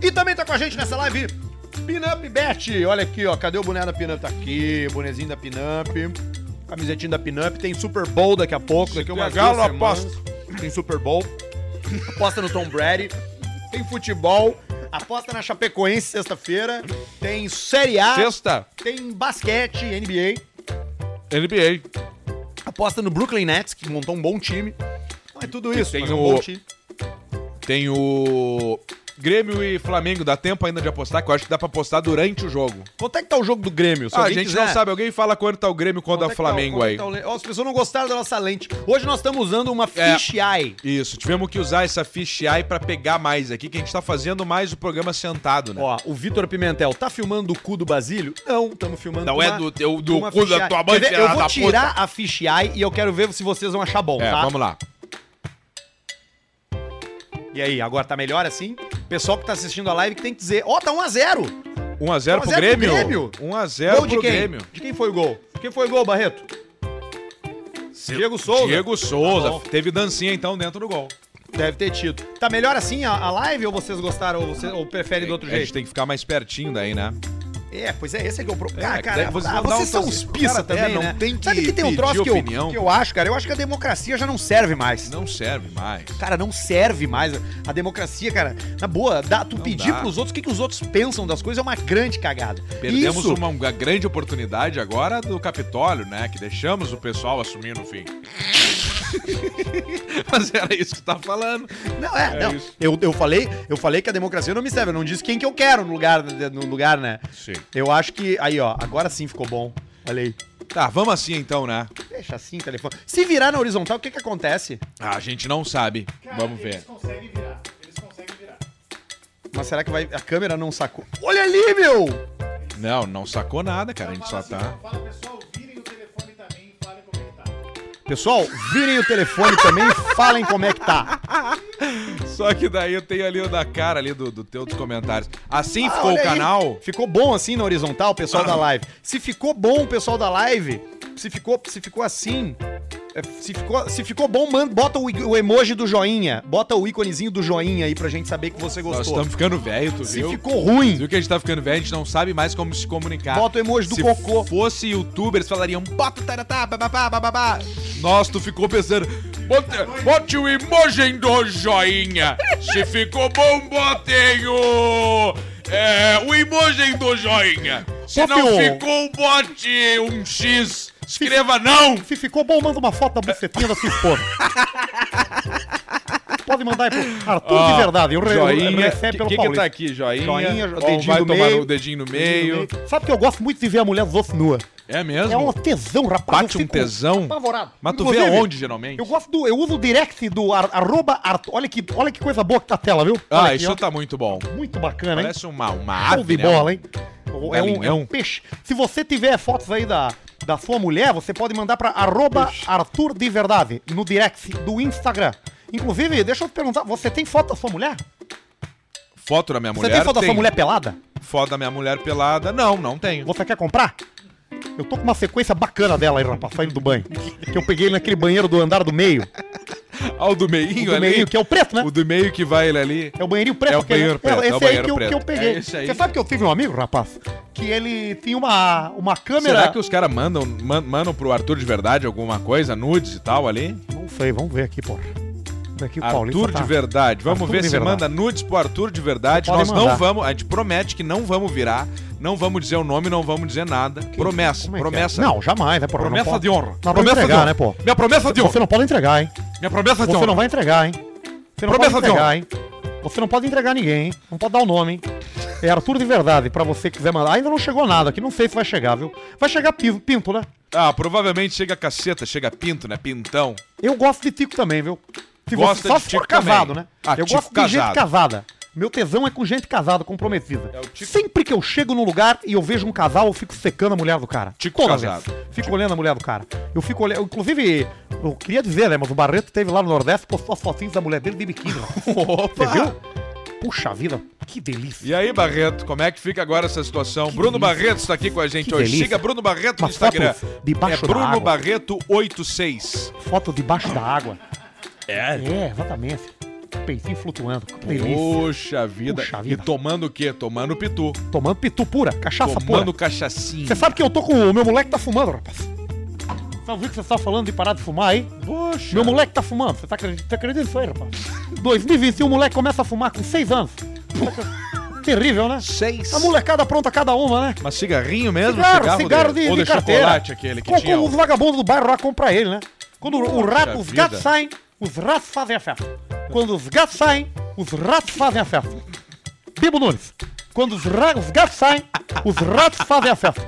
E também tá com a gente nessa live Pinup Bet. Olha aqui, ó. Cadê o boné da Pinup? Tá aqui, bonezinho da Pinup. Camisetinha da Pinup. Tem Super Bowl daqui a pouco. Daqui a umas
pegar,
duas
eu
semanas. Tem Super Bowl. Aposta no Tom Brady. Tem futebol. Aposta na Chapecoense sexta-feira. Tem Série A.
Sexta,
Tem basquete, NBA.
NBA.
Aposta no Brooklyn Nets, que montou um bom time. Não é tudo isso,
Tem
mas é um
o-
bom time.
Tem o Grêmio e Flamengo, dá tempo ainda de apostar, que eu acho que dá pra apostar durante o jogo.
Quanto é que tá o jogo do Grêmio? Se
Ah, a
alguém
gente
quiser-
não sabe, alguém fala quanto tá o Grêmio
Quanto
contra
é
o
que tá o-
Flamengo
quanto é
aí.
que tá o le- Ó, as pessoas não gostaram da nossa lente. Hoje nós estamos usando uma
É.
Fish Eye.
Isso, tivemos que usar essa fish eye pra pegar mais aqui, que a gente tá fazendo mais o programa sentado, né?
Ó, o Vitor Pimentel, tá filmando o cu do Basílio? Não, estamos filmando
Não
com
é
uma-
do teu- do
com uma
cu
Fish
da
Eye.
tua
Quer
mãe,
ver?
filha
Eu
da
vou
puta.
tirar a Fish Eye e eu quero ver se vocês vão achar bom,
é,
tá?
vamos lá.
E aí, agora tá melhor assim? Pessoal que tá assistindo a live que tem que dizer, ó, tá 1x0.
1x0 pro
1 a 0 pro
Grêmio.
Grêmio.
1x0
de
pro
quem?
Grêmio.
De quem foi o gol? Quem foi o gol, Barreto? Diego Souza.
Diego
Tá
Souza.
bom.
Teve dancinha então dentro do gol.
Deve ter tido. Tá melhor assim a, a live ou vocês gostaram ou, você, ou preferem do outro
a
jeito?
gente tem que ficar mais pertinho daí, né?
É, pois é, esse é que é o problema.
É,
cara,
daí vocês
ah,
vão dar
vocês
um
são
toque.
uns pizza
Cara,
também,
é, não
né?
tem que
Sabe que tem um
pedir
troço que eu,
opinião.
que eu acho, cara? Eu acho que a democracia já não serve mais.
Não serve mais.
Cara, não serve mais. A democracia, cara, na boa, dá- tu
Não
pedir
dá.
pros outros o que, que os outros pensam das coisas é uma grande cagada.
Perdemos
Isso,
uma, uma grande oportunidade agora do Capitólio, né? Que deixamos o pessoal assumir no fim. Mas era isso que tá falando.
Não, é,
É
não.
isso.
Eu, eu, falei, eu falei que a democracia não me serve. Eu não disse quem que eu quero no lugar, no lugar, né?
Sim.
Eu acho que. Aí, ó, agora sim ficou bom. Olha aí.
Tá, vamos assim então, né?
Deixa assim o telefone. Se virar na horizontal, o que que acontece?
Ah, a gente não sabe. vamos ver.
Mas será que vai. A câmera não sacou? Olha ali, meu!
Não, não sacou nada, cara. A gente só tá.
Pessoal, virem o telefone também e falem como é que tá.
Só que daí eu tenho ali o da cara ali do, do teu dos comentários. Assim
Ah,
ficou
olha
o
aí.
canal.
Ficou bom assim na
Ah.
horizontal, pessoal da live. Se ficou bom, pessoal da live, se ficou, se ficou assim, É, Se ficou, se ficou bom, manda, bota o, i- o emoji do joinha. Bota o íconezinho do joinha aí pra gente saber que você
Nós
gostou.
estamos ficando velho, tu
Se
viu?
ficou ruim,
Tu Viu que a gente tá ficando velho, a gente não sabe mais como se comunicar.
bota o emoji do
se
cocô.
fosse youtuber, eles falariam bota o taratá, bababá, bababá. Nossa, tu ficou pensando, bota- bote o emoji do joinha. Se ficou bom, botem o... É, o emoji do joinha. Se
Bote
não
um-
ficou, bote um X. Escreva não.
Se ficou bom, manda uma foto da bucetinha da sua esposa. Pode mandar aí pro Arthur
Ó,
de verdade. Eu re- eu
Joinha.
recebe
O
pelo
que, que tá
Paulista.
aqui? Joinha.
Joinha,
Ó,
dedinho
vai
no
tomar
meio.
o dedinho no meio.
Sabe que eu gosto muito de ver a mulher dos ossos nua.
É
É um
mesmo?
tesão, rapaz.
Bate
eu
um
fico
tesão.
Apavorado.
Mas tu vê
Inclusive,
aonde, geralmente?
Eu gosto do. Eu uso o direct do ar- arroba Arthur. Olha que, olha que coisa boa que tá a tela, viu? Olha
Ah,
aqui,
isso
ó.
tá muito bom.
Muito bacana, hein?
Parece uma, uma
Show de
ave, né?
bola, hein? É um, é
galinhão.
um peixe. Se você tiver fotos aí da, da sua mulher, você pode mandar pra arroba Arthur de Verdade no direct do Instagram. Inclusive, deixa eu te perguntar, você tem foto da sua mulher?
Foto da minha mulher.
você tem foto da sua mulher pelada?
Foto da minha mulher pelada. Não, não tenho.
Você quer comprar? Eu tô com uma sequência bacana dela aí, rapaz, saindo do banho. Que eu peguei naquele banheiro do andar do meio.
Ah, o do
O
meinho
do
ali.
meio, que é o preto, né?
O do meio que vai ele ali.
É o banheirinho preto.
É o
aquele, né?
banheiro preto,
esse
é o
aí
banheiro
que eu,
preto.
que eu peguei.
É esse aí.
Você sabe que eu tive um amigo, rapaz, que ele tinha uma, uma câmera...
Será que os caras mandam, man- mandam pro Arthur de verdade alguma coisa, nudes e tal ali?
Não sei, vamos ver aqui, porra. Daqui o Paulista
Arthur
tá...
de verdade. Vamos
Arthur
ver
de
se
verdade.
manda nudes pro Arthur de verdade.
Pode
Nós não
mandar.
vamos, a gente promete que não vamos virar, não vamos dizer o nome, não vamos dizer nada. promessa,
Como é que é?
promessa.
Não, jamais, né, porra?
Promessa
não
de honra.
Não,
promessa
entregar,
de honra.
né, pô?
Minha promessa de honra.
Você não pode entregar, hein?
Minha promessa de
Você
honra.
não vai entregar, hein? Você não
Promessa
pode
de
entregar,
honra.
hein? Você não pode entregar ninguém, hein? Não pode dar o nome, hein? É Arthur de verdade, pra você que quiser mandar. Ainda não chegou nada aqui, não sei se vai chegar, viu? Vai chegar pinto, pinto né?
Ah, provavelmente chega caceta, chega pinto, né? Pintão.
Eu gosto de Tico também, viu? Se
Gosta
só
de
se
tico
for casado,
também.
né?
Ah,
eu
tico
gosto de gente
casado.
casada. Meu tesão é com gente casada, comprometida.
É o tico-
Sempre que eu chego num lugar e eu vejo um casal, eu fico secando a mulher do cara.
Tico casado.
vez. Fico olhando a mulher do cara. Eu fico olhando. Inclusive, eu queria dizer, né? Mas o Barreto teve lá no Nordeste, postou as fotinhas da mulher dele de biquíni.
Opa!
Você viu? Puxa vida, que delícia.
E aí, Barreto, como é que fica agora essa situação? Bruno
delícia.
Barreto está aqui com a gente
Que
hoje.
delícia.
Siga Bruno Barreto no
Umas
Instagram.
fotos debaixo
é
da
Bruno
água.
Barreto 86.
Foto debaixo da água.
É.
É, exatamente. Peitinho flutuando. Que delícia.
Poxa vida.
Puxa
E
vida.
tomando o quê? Tomando pitu.
Tomando pitu pura, cachaça pura.
tomando cachaçinha.
Você sabe que eu tô com. O meu moleque tá fumando, rapaz. Sabe viu que você tá falando de parar de fumar aí?
Poxa.
Meu moleque tá fumando. Você tá acreditando, você acredita nisso aí, rapaz? 2021, o moleque começa a fumar com 6 anos. Terrível, né?
Seis.
A molecada apronta cada uma, né?
Mas cigarrinho mesmo?
Cigarro, cigarro
de,
de,
Ou
de
de,
carteira.
chocolate aquele que
Com-
tinha.
com
o-
Os vagabundos do bairro lá compram ele, né? Quando o rato, os
vida.
gatos saem, os ratos fazem a festa. Quando os gatos saem, os ratos fazem a festa. Bibo Nunes. Quando os, ra- os gatos saem, os ratos fazem a festa.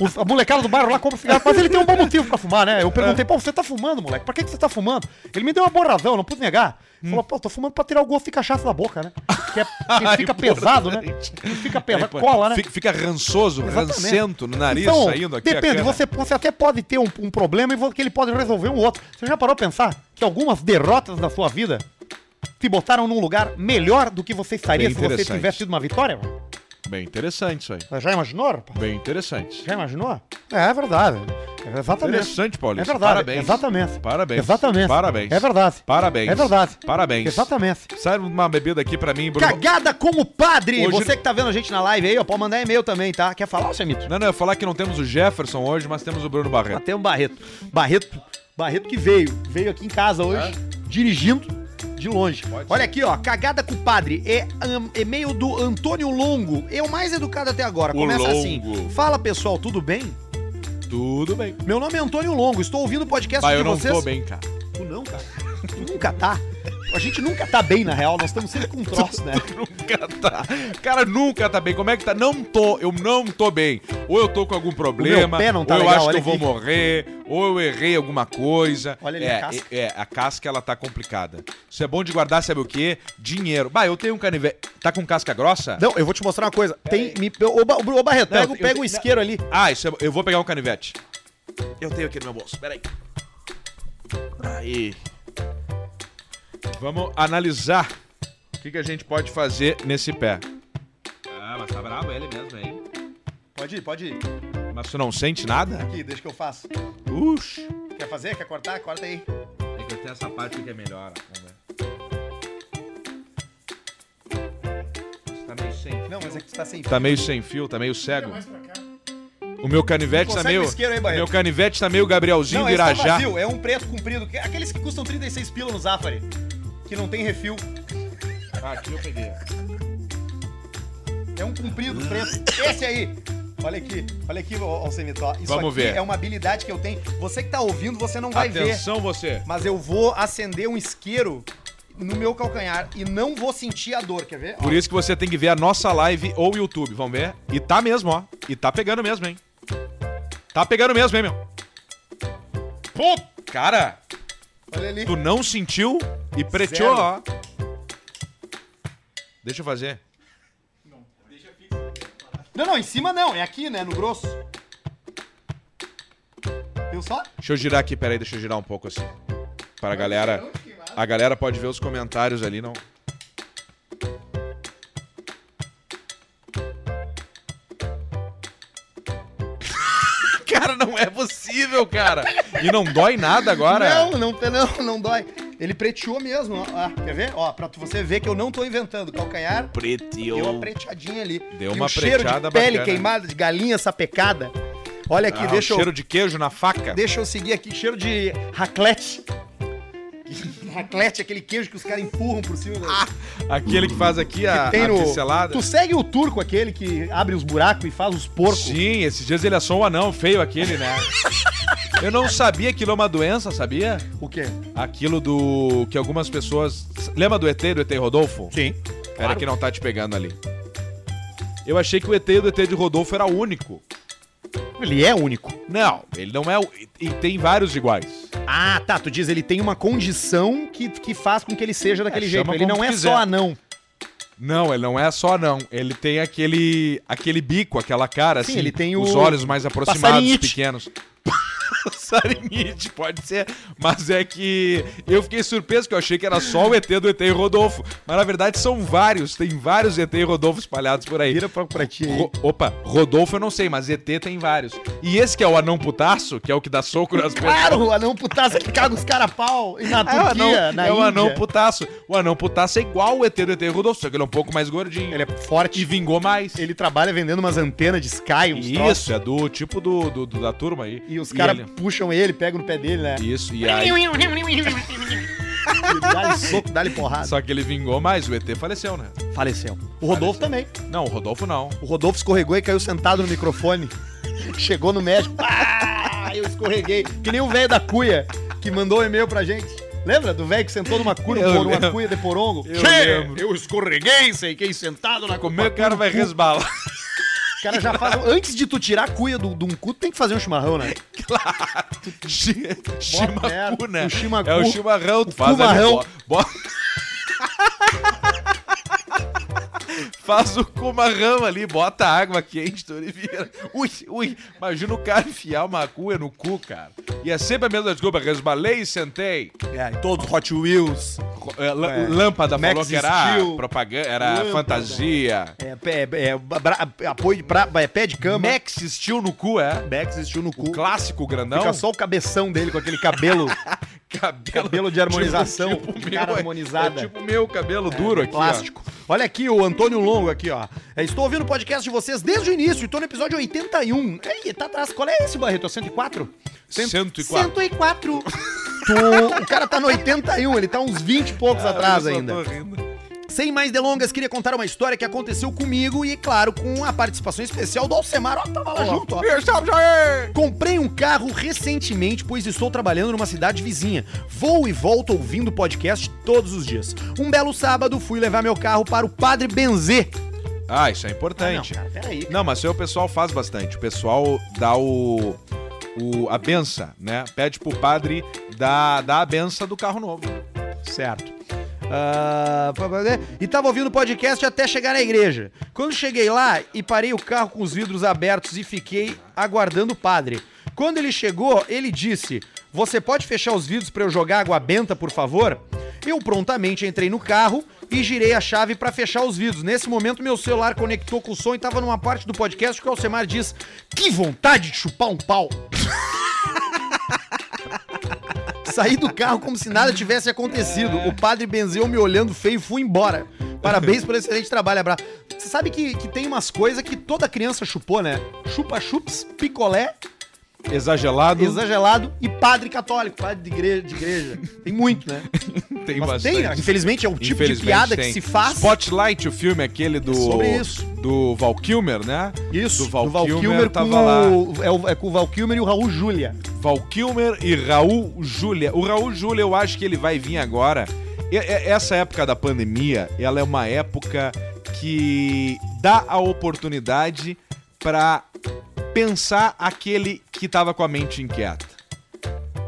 Os- a molecada do bairro lá compra cigarro. Mas ele tem um bom motivo pra fumar, né? Eu perguntei, pô, você tá fumando, moleque? Pra que, que você tá fumando? Ele me deu uma boa razão, não pude negar. Ele Falou, pô, tô fumando pra tirar o gosto de cachaça da boca, né? Que, é, que fica pesado, né? Que fica pesado, cola, né?
Fica, fica rançoso,
Exatamente.
rancento no nariz
Então,
saindo aqui. a
Depende,
cana.
você, você até pode ter um, um problema e vo- que ele pode resolver um outro. Você já parou a pensar que algumas derrotas da sua vida te botaram num lugar melhor do que você estaria
Bem
se você
interessante.
tivesse tido uma vitória?
Bem interessante isso aí.
Já imaginou, rapaz?
Bem interessante.
Já imaginou? É, é verdade. É exatamente.
Interessante, Paulista.
É verdade.
Parabéns.
Exatamente.
Parabéns.
Exatamente.
Parabéns.
É verdade.
Parabéns.
É verdade.
Parabéns.
Exatamente.
Sai uma bebida aqui pra mim, Bruno.
Cagada com o padre!
Hoje-
Você que tá vendo a gente na live aí, ó, pode mandar e-mail também, tá? Quer falar, seu mito?
Não, não, eu ia falar que não temos o Jefferson hoje, mas temos o Bruno Barreto.
Até o Barreto. Barreto, Barreto que veio, veio aqui em casa
É?
hoje, dirigindo de longe. Olha aqui, ó, cagada com o padre. É am- e-mail do Antônio Longo. É o mais educado até agora.
O
Começa
Longo.
assim: "Fala, pessoal, tudo bem?
Tudo bem.
Meu nome é Antônio Longo. Estou ouvindo o podcast
Mas
de
eu não
vocês."
tô bem, cara.
Tu não, cara. Tu nunca tá. A gente nunca tá bem na real, nós estamos sempre com um troço, né?
Nunca tá. Cara, nunca tá bem. Como é que tá? Não tô. Eu não tô bem. Ou eu tô com algum problema.
pé não tá
ou eu
legal,
acho que
olha
eu vou
aqui.
morrer. Ou eu errei alguma coisa.
Olha ali
é,
a casca.
É, é, a casca ela tá complicada. Isso é bom de guardar, sabe o quê? Dinheiro. Bah, eu tenho um canivete. Tá com casca grossa?
Não, eu vou te mostrar uma coisa. Tem me ô, Ba- ô Barreto,
Não,
pega,
eu-
pega um isqueiro ali.
Ah, isso é... eu vou pegar um canivete.
Eu tenho aqui no meu bolso, peraí. Aí.
Vamos analisar o que, que a gente pode fazer nesse pé. Ah, mas tá brabo ele mesmo, hein?
Pode ir, pode ir.
Mas tu não sente nada?
Aqui, deixa que eu faço.
Ux.
Quer fazer? Quer cortar? Corta aí.
É que até essa parte que é melhor. Vamos ver. Isso tá meio sem.
Não, mas é que tu tá sem
Tá meio sem fio, tá meio cego. O meu canivete tá
Consegue
meio.
um isqueiro aí, Barreto?
meu canivete tá meio Gabrielzinho do
esse tá
Irajá.
vazio, é um preto comprido. que- Aqueles que custam 36 pila no Zafari. Que não tem refil.
Ah, aqui eu peguei.
É um comprido preto. Esse aí. Olha aqui, olha aqui, ô- ô Alcenito. ó. Isso aqui
Vamos ver.
é uma habilidade que eu tenho. Você que tá ouvindo, você não vai ver.
Atenção, você.
Mas eu vou acender um isqueiro no meu calcanhar e não vou sentir a dor, quer ver? Ó,
Por isso que você tem que ver a nossa live ou o YouTube, vamos ver? E tá mesmo, ó. E tá pegando mesmo, hein? Tá pegando mesmo, hein, meu? Pô, cara,
Olha ali.
tu não sentiu e preteou, ó. Deixa eu fazer.
Não, não, em cima não, é aqui, né? No grosso. Viu só?
Deixa eu girar aqui, peraí, deixa eu girar um pouco assim. Para a galera. A galera pode ver os comentários ali, não.
Cara, não é possível, cara.
E não dói nada agora.
Não, não, não, não dói. Ele preteou mesmo. ó. Ah, quer ver? Ó, pra tu- você ver que eu não tô inventando. Calcanhar, deu uma
Preteou.
preteadinha ali.
Deu
E
uma
o cheiro de
preteada
pele
bacana.
queimada, de galinha sapecada. Olha aqui,
Ah, o
deixa, eu,
cheiro de queijo na faca.
deixa eu seguir aqui. Cheiro de raclete. raclete, aquele queijo que os caras empurram por cima. Ah,
Aquele que faz aqui a, a
tem no...
pincelada.
Tu segue o turco, aquele que abre os buracos e faz os porcos.
Sim, esses dias ele assou um anão feio aquele, né? Eu não sabia que aquilo é uma doença, sabia?
O quê?
Aquilo do que algumas pessoas. Lembra do ET, do ET Rodolfo?
Sim.
Era que não tá te pegando ali. Eu achei que o ET do ET de Rodolfo era o único.
Ele é único.
Não, ele não é. o- E tem vários iguais.
Ah, tá. Tu diz ele tem uma condição que, que faz com que ele seja daquele
É,
jeito.
chama
Ele
como
não
tu
é
quiser.
só anão.
Não, ele não é só não. Ele tem aquele aquele bico, aquela cara
Sim,
assim.
ele tem
os
o
olhos mais aproximados,
passarinhite.
pequenos. Passarinhite, pode ser. Mas é que eu fiquei surpreso que eu achei que era só o ET do ET e Rodolfo. Mas na verdade são vários, tem vários ET e Rodolfo espalhados por aí.
Vira pra, pra ti aí.
Ro- opa, Rodolfo eu não sei, mas ET tem vários. E esse que é o anão putaço, que é o que dá soco
Ah,
nas pessoas.
Claro, o anão putaça que caga os cara a pau e na
É o,
Turquia,
anão,
na
é o
Índia.
anão putaço. O anão putaço é igual o ET do ET e Rodolfo, só que ele é um pouco mais gordinho.
Ele é forte.
E vingou mais.
Ele trabalha vendendo umas antenas de Sky, uns troços.
Isso, é do tipo do, do- do- da turma aí.
E os caras
ele-
puxam ele, pegam no pé dele, né?
Isso, e aí.
E Dá-lhe soco, dá-lhe porrada.
Só que ele vingou mais, o ET faleceu, né?
Faleceu. O Rodolfo também.
Não, o Rodolfo não.
O Rodolfo escorregou e caiu sentado no microfone. Chegou no médico. Ah, eu escorreguei. Que nem o velho da cuia que mandou um e-mail pra gente. Lembra do velho que sentou numa cuia,
Eu
por uma
lembro.
cuia de porongo?
Eu
Che,
lembro.
eu escorreguei, sei quem sentado na
Como é que o cara vai resbalar?
O cara já faz. Antes de tu tirar a cuia do- de um cu, tu tem que fazer um chimarrão, né?
Chi- Chimacu,
merda,
né?
o chimacu.
É o chimarrão, tu
O
faz
cumarrão.
ali, bo- bo- Faz o cumarrão ali, bota água quente, tu ele vira. Ui, ui, imagina o cara enfiar uma cuia no cu, cara. E é sempre a mesma desculpa, resbalei e sentei.
É, todos Hot Wheels.
É, lã-
É.
Lâmpada
Max
falou que era
Steel.
propaganda, era
Lâmpada.
fantasia.
É, pé- é, bra- apoio de pra, é, pé de cama.
Max Steel no cu, é?
Max existiu no cu.
O clássico grandão.
Fica só o cabeção dele com aquele cabelo.
cabelo,
cabelo de harmonização.
Tipo, tipo
cara
meu, é-
harmonizada.
É, tipo meu cabelo duro aqui, ó.
plástico. Olha aqui o Antônio Longo aqui, ó. É, Estou ouvindo o podcast de vocês desde o início, estou no episódio 81. Ei, tá atrás. Qual é esse, Barreto? É o 104?
104.
104. Tu- o cara tá no 81, ele tá uns 20 e poucos atrás
Eu Ah, só
ainda.
tô rindo.
Sem mais delongas, queria contar uma história que aconteceu comigo e, claro, com a participação especial do Alcemar. Ó, tava lá junto, ó. Comprei um carro recentemente, pois estou trabalhando numa cidade vizinha. Vou e volto ouvindo podcast todos os dias. Um belo sábado, fui levar meu carro para o Padre Benzê.
Ah, isso é importante.
cara, peraí.
não, mas isso aí o pessoal faz bastante. O pessoal dá o... o a benção, né? Pede pro padre dar, dar a benção do carro novo.
Certo. Ah, pra- pra- e tava ouvindo o podcast até chegar na igreja. Quando cheguei lá e parei o carro com os vidros abertos e fiquei aguardando o padre. Quando ele chegou, ele disse: Você pode fechar os vidros pra eu jogar água benta, por favor? Eu prontamente entrei no carro e girei a chave pra fechar os vidros. Nesse momento, meu celular conectou com o som e tava numa parte do podcast que o Alcemar diz: Que vontade de chupar um pau! Saí do carro como se nada tivesse acontecido. O padre benzeu me olhando feio e fui embora. Parabéns pelo excelente trabalho, abraço. Você sabe que, que tem umas coisas que toda criança chupou, né? Chupa-chups, picolé,
Exagerado.
exagelado e padre católico, padre de igreja. De igreja. Tem muito, né?
Tem
Mas
bastante.
tem, né? infelizmente, é o tipo de
Infelizmente
piada
tem.
que se faz.
Spotlight, o filme é aquele do.
Sobre isso.
Do Val Kilmer, né?
Isso,
do Val Kilmer
com
tava
o, é, o, é com o Val Kilmer e o Raul Júlia.
Val Kilmer e Raul Júlia. O Raul Júlia, eu acho que ele vai vir agora. E- e- essa época da pandemia, ela é uma época que dá a oportunidade pra pensar aquele que tava com a mente inquieta.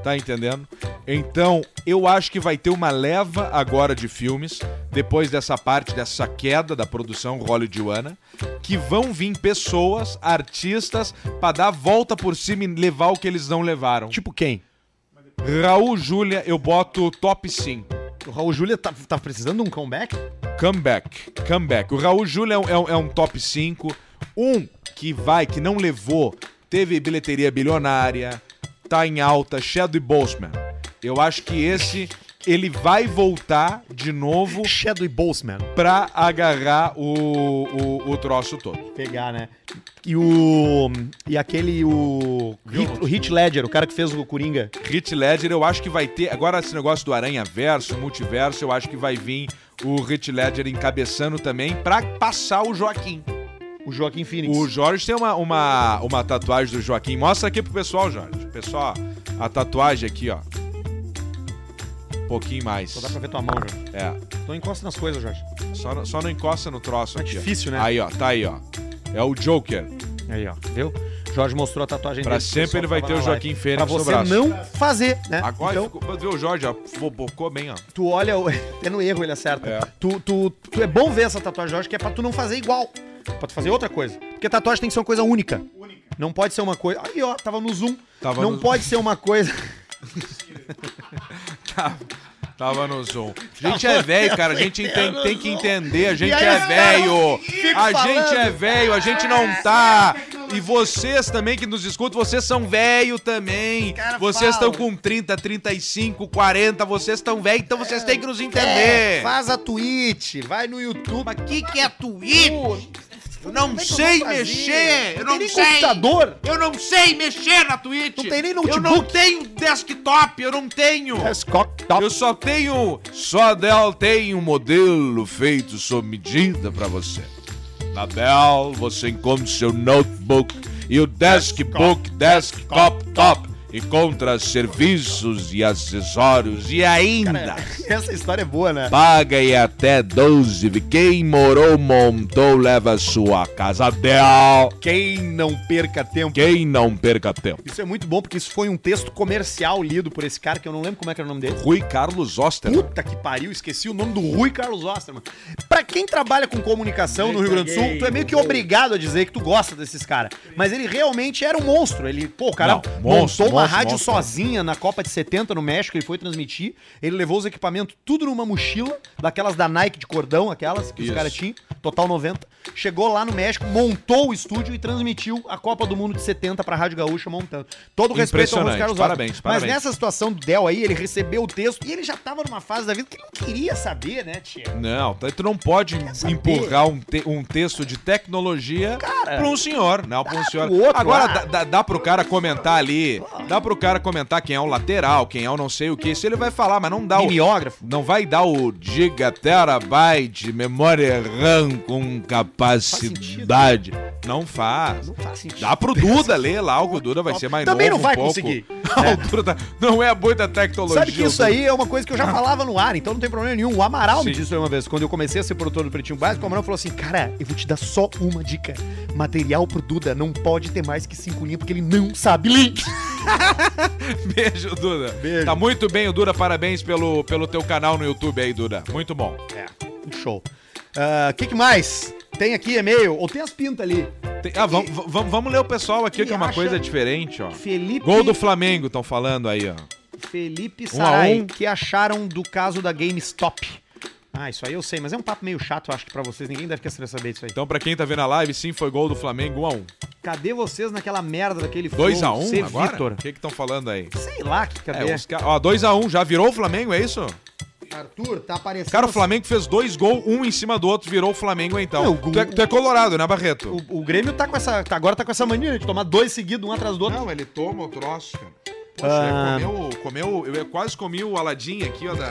Tá entendendo? Então, eu acho que vai ter uma leva agora de filmes, depois dessa parte, dessa queda da produção hollywoodiana, que vão vir pessoas, artistas, pra dar a volta por cima e levar o que eles não levaram.
Tipo quem?
Raul Júlia, eu boto top 5.
O Raul Júlia tá, tá precisando de um comeback?
Comeback, comeback. O Raul Júlia é um, é um- é um top 5. Um que vai, que não levou, teve bilheteria bilionária, tá em alta, Shadow Boseman. Eu acho que esse, ele vai voltar de novo
Shadow e Boseman.
pra agarrar o, o, o troço todo.
Pegar, né? E o. E aquele. O. Hit, o Heath Ledger, o cara que fez o Coringa.
Hit Ledger, eu acho que vai ter. Agora, esse negócio do Aranha Verso, Multiverso, eu acho que vai vir o Hit Ledger encabeçando também pra passar o Joaquim.
O Joaquim Phoenix.
O Jorge tem uma, uma, uma tatuagem do Joaquim. Mostra aqui pro pessoal, Jorge. Pessoal, a tatuagem aqui, ó. Um pouquinho mais.
Só dá pra ver tua mão, Jorge.
É.
Então encosta nas coisas, Jorge.
Só, não- só não encosta no troço
É
aqui. ó.
difícil, né?
Aí, ó. Tá aí, ó. É o Joker.
Aí, ó. Viu? Jorge mostrou a tatuagem
Pra
pro
sempre
pessoal
ele vai
que
ter
tava
o
na
Joaquim
live.
Fênix
Pra
no
você
braço.
não fazer, né?
Agora
então,
ficou. Vamos ver o Jorge, ó. Bocou bem, ó.
tu olha, o- até no erro ele acerta.
É.
Tu, tu, tu é bom ver essa tatuagem, Jorge, que é pra tu não fazer igual. Pra tu fazer outra coisa. Porque tatuagem tem que ser uma coisa única. Única. Não pode ser uma coisa. Aí, ó, tava no Zoom.
Tava
não
no-
pode ser uma coisa.
Tava, tava no Zoom. A gente é velho, cara. A gente tem, tem que entender. A gente
E aí
é
os
velho. A gente é
falando. É,
velho. A gente não tá. E vocês também que nos escutam, vocês são velho também.
Cara,
Vocês
fala.
estão com 30, 35, 40. Vocês estão velho, então vocês têm que nos
É,
entender.
faz a Twitch, vai no YouTube. é Mas que que é Twitch?
Eu não sei mexer. Eu não
tem nem
sei.
computador.
Eu não sei mexer na Twitch.
Não tem nem
Eu
notebook. É
não tenho desktop. Eu não tenho.
Desktop.
Eu só tenho. Só a Dell tem um modelo feito sob medida pra você. Na Dell você encontra o seu notebook e o deskbook, desktop top. Encontra serviços e acessórios e ainda
Essa história é boa, né?
paga e até 12. Quem morou, montou, leva sua casa Dell.
Quem não perca tempo.
Quem não perca tempo.
Isso é muito bom porque isso foi um texto comercial lido por esse cara que eu não lembro como é que era o nome dele.
Rui Carlos Oster.
Puta que pariu, esqueci o nome do Rui Carlos Osterman. Pra quem trabalha com comunicação no Rio Grande do Sul, tu é meio que obrigado a dizer que tu gosta desses caras. Mas ele realmente era um monstro. Ele, pô, o cara
Não, monstro,
montou uma
monstro,
rádio
monstro.
sozinha na Copa de 70 no México, ele foi transmitir. Ele levou os equipamentos tudo numa mochila, daquelas da Nike de cordão, aquelas que
Isso.
os caras tinham, total 90. Chegou lá no México, montou o estúdio e transmitiu a Copa do Mundo de 70 pra Rádio Gaúcha montando. Todo o respeito ao Rui
Impressionante,
Carlos
parabéns,
Osterman. Mas
parabéns.
nessa essa situação do Del aí, ele recebeu o texto e ele já tava numa fase da vida que ele não queria saber, né, tia?
Não, tá- tu não pode
saber?
empurrar um, te- um texto de tecnologia
Cara, Ah,
pra um senhor, não pra um senhor.
pro outro Ah.
Agora
lá.
dá, dá, dá pro cara comentar ali, dá pro cara comentar quem é o lateral, quem é o não sei o que, isso ele vai falar, mas não dá o...
Mimeógrafo.
Não vai dar o giga terabyte memória RAM com capacidade. não faz.
Não faz sentido.
Dá pro Duda ler lá, o Duda vai ser mais
Também não
novo
vai
um pouco.
conseguir.
Não, o Duda não é a boa da tecnologia.
Sabe que isso aí é uma coisa que eu já falava no ar, então não tem problema nenhum. O Amaral me
né? Sim.
disse isso aí uma vez, quando eu comecei a ser produtor do Pretinho Básico, o Amaral falou assim, cara, eu vou te dar só uma dica. Material pro Duda não pode ter mais que cinco linhas, porque ele não sabe ler.
Beijo, Duda.
Beijo.
Tá muito bem, o Duda. Parabéns pelo, pelo teu canal no YouTube aí, Duda. Muito bom. É.
Show. Ah, O que, que mais? Tem aqui e-mail, ou tem as pintas ali.
Tem- ah, vamos vamos- vamos ler o pessoal aqui,
que
que é uma
acha?
coisa diferente, ó.
Felipe...
Gol do Flamengo, estão falando aí, ó.
Felipe
Um a
Sarai,
um.
que acharam do caso da GameStop? Ah, isso aí eu sei, mas é um papo meio chato, eu acho que pra vocês. Ninguém deve querer saber disso aí.
Então, pra quem tá vendo a live, sim, foi gol do Flamengo 1 a 1
Cadê vocês naquela merda daquele
2x1
Cê
agora?
Vitor.
O que estão falando aí?
Sei lá que cadê.
É, os ca- Ó, 2x1, já virou o Flamengo, é isso?
Arthur, tá aparecendo.
Cara, o Flamengo fez dois gols, um em cima do outro, virou o Flamengo então.
Não, o-
tu, é, tu é colorado, né, Barreto?
O, o Grêmio tá com essa. tá- agora tá com essa mania de tomar dois seguidos, um atrás do outro.
Não, ele toma o troço, cara.
Ah.
Poxa, comeu, comeu. Eu quase comi o Aladim aqui, ó. Da...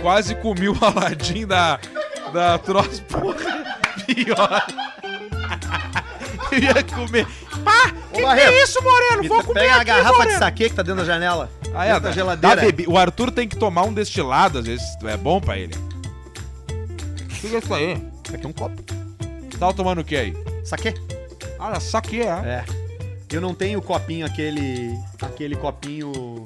quase comi o Aladim da. Da troço, porra. Pior. Eu ia comer. Pá! Que que
Barreto,
é isso, Moreno?
Me
Vou
tra-
comer
pega a
aqui,
garrafa de
Moreno.
saque que tá dentro da janela. dentro
Ah, é,
da
da
geladeira.
dá bebi- O Arthur tem que tomar um destilado, às vezes é bom pra ele. O que é isso aí?
Isso aqui é um copo.
Tava Tá tomando o que aí?
Saque?
Ah, saque é.
É. Eu não tenho o copinho, aquele. aquele copinho.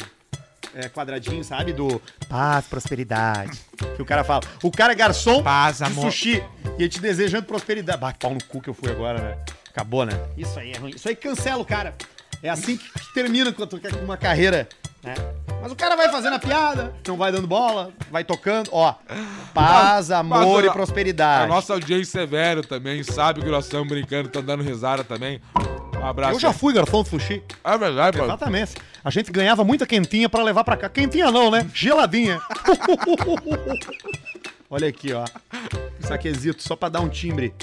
é, quadradinho, sabe? Do paz, prosperidade. Que o cara fala. O cara é garçom
Paz,
de
amor.
sushi. E ele te desejando prosperidade. Bah, que pau no cu que eu fui agora, né? Acabou, né? Isso aí é ruim. Isso aí cancela o cara. É assim que termina com a tua- com uma carreira, né? Mas o cara vai fazendo a piada, não vai dando bola, vai tocando. Ó, paz, amor e
a- A
prosperidade.
nossa audiência é velho também, sabe que nós estamos brincando, estamos dando risada também. Um abraço.
Eu já fui garçom de sushi.
É verdade, mano.
Exatamente. A gente ganhava muita quentinha pra levar pra cá. Quentinha não, né? Geladinha. Olha aqui, ó. Saquezito, só pra dar um timbre.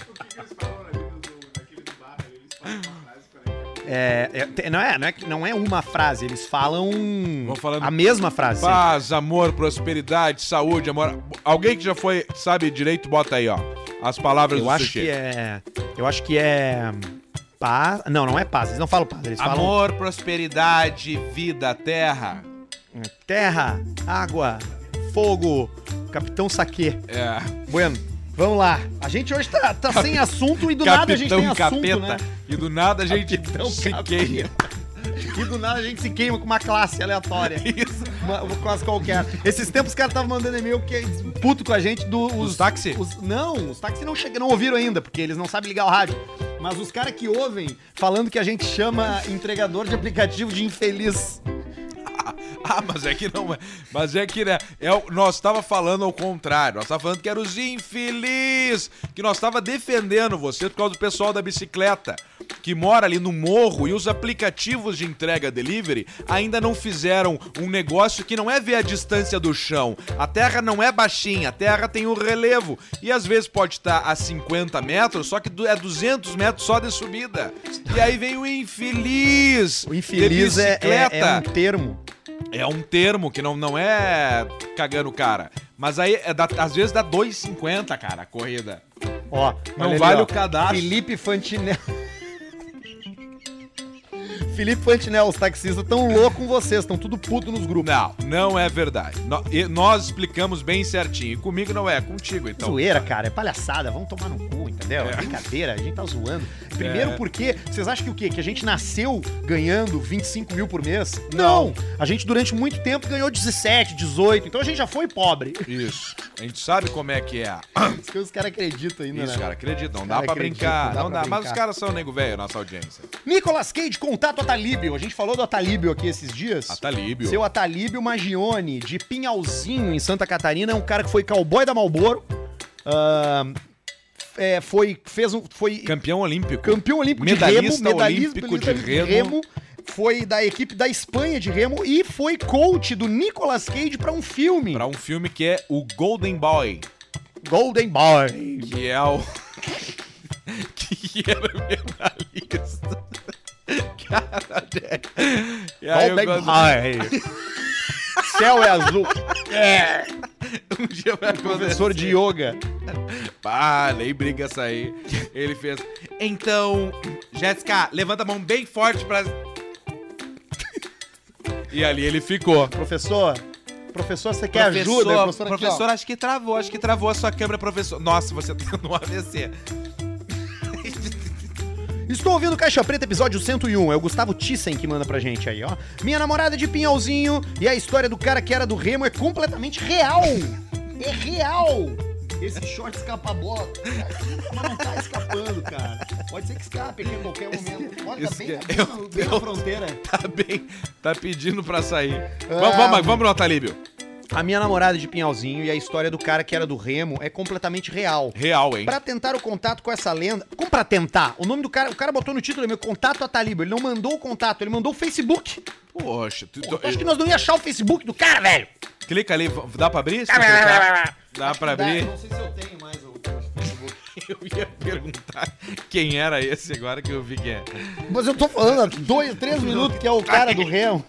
É, é, te- não, é, não, é, que- não é uma frase, eles falam
Vão falando-
a mesma frase. sempre.
Paz, amor, prosperidade, saúde, amor. Alguém que já foi, sabe direito, bota aí, ó. As palavras
Eu
do
acho
sushi.
que é. Eu acho que é. Paz. Não, não é paz. Eles não falam paz, eles falam
Amor, prosperidade, vida, terra.
terra, água, fogo, capitão saque.
É.
Bueno, vamos lá. A gente hoje tá, tá sem assunto e do nada a gente tem assunto, né?
E do nada a gente se
capeta.
queia.
E do nada a gente se queima com uma classe aleatória.
Isso.
Uma, uma classe qualquer. Esses tempos os caras estavam mandando e-mail que é puto com a gente do, os,
Dos táxi?
os- não, os táxi não, chega, não ouviram ainda, porque eles não sabem ligar o rádio. Mas os caras que ouvem falando que a gente chama entregador de aplicativo de infeliz.
Ah, mas é que não. é- Mas é que, né? É, o- nós tava falando ao contrário. Nós tava falando que era os infelizes. Que nós tava defendendo você por causa do pessoal da bicicleta. Que mora ali no morro e os aplicativos de entrega delivery ainda não fizeram um negócio que não é ver a distância do chão. A terra não é baixinha, a terra tem um relevo. E às vezes pode estar a 50 metros, só que du- é 200 metros só de subida. E aí vem o infeliz.
O infeliz
de
é, é-
bicicleta.
é um termo.
É um termo que não, não é cagando o cara. Mas aí, é da- às vezes dá 2,50, cara, a corrida.
Ó,
Não
olha
vale
ó.
o cadastro.
Felipe Fantinel. Felipe Fantinel, os taxistas tão loucos com vocês, estão tudo puto nos grupos.
Não, não é verdade. No- e nós explicamos bem certinho. E comigo não é, é contigo, então.
Zoeira, cara, é palhaçada, vamos tomar no cu, entendeu? É brincadeira, a gente tá zoando. Primeiro
É.
porque, vocês acham que o quê? Que a gente nasceu ganhando 25 mil por mês? Não! A gente durante muito tempo ganhou 17, 18, então a gente já foi pobre.
Isso. A gente sabe como é que é.
Isso que os caras acreditam ainda, né?
Isso, cara, acredita. Não
Cara,
dá pra
acredito,
brincar.
não dá
Não
pra
dá. Mas
brincar.
os caras são nego velho, nossa audiência.
Nicolas Cage, contato Atalíbio. A gente falou do Atalíbio aqui esses dias.
Atalíbio.
Seu Atalíbio Magione, de Pinhalzinho, em Santa Catarina, é um cara que foi cowboy da Malboro. ahn, é, foi, fez um, foi
Campeão olímpico.
campeão olímpico
Medalhista
de remo,
olímpico de remo.
foi da equipe da Espanha de remo e foi coach do Nicolas Cage pra um filme,
Pra um filme que é o Golden Boy.
Golden Boy.
Que é o. que era o medalhista. Cara, é. E aí eu
Golden
gosto-
Boy. Céu é azul. É.
um dia vai acontecer.
Professor de yoga.
Ah, lembrei que essa aí. Ele fez.
Então, Jéssica, levanta a mão bem forte pra.
E ali ele ficou.
Professor, professor, você quer ajuda?
Professor, professor acho que travou, acho que travou a sua câmera, professor. Nossa, você tá no AVC.
Estou ouvindo Caixa Preta, episódio 101. É o Gustavo Thyssen que manda pra gente aí, ó. Minha namorada de Pinhalzinho e a história do cara que era do Remo é completamente real. É real. Esse short escapa bola, mas não tá escapando, cara. Pode ser que escape aqui em qualquer momento. Olha,
esse- é-
tá bem, tá bem, na- bem na fronteira.
Tá bem. Tá pedindo pra sair.
Ah.
Vamos, vamos, vamos, Natalíbio.
A minha namorada de Pinhalzinho e a história do cara que era do Remo é completamente real.
Real, hein?
Pra tentar o contato com essa lenda. Como pra tentar? O nome do cara, o cara botou no título meu contato a Taliba. Ele não mandou o contato, ele mandou o Facebook.
Poxa, tu, tu-
Eu acho que nós não ia achar o Facebook do cara, velho.
clica ali, v- dá pra abrir? Se tu clicar? Dá pra abrir?
sei se eu tenho mais o Facebook.
Eu ia perguntar quem era esse agora que eu vi que é.
Mas eu tô falando há dois, três minutos que é
Ah,
o cara do Remo.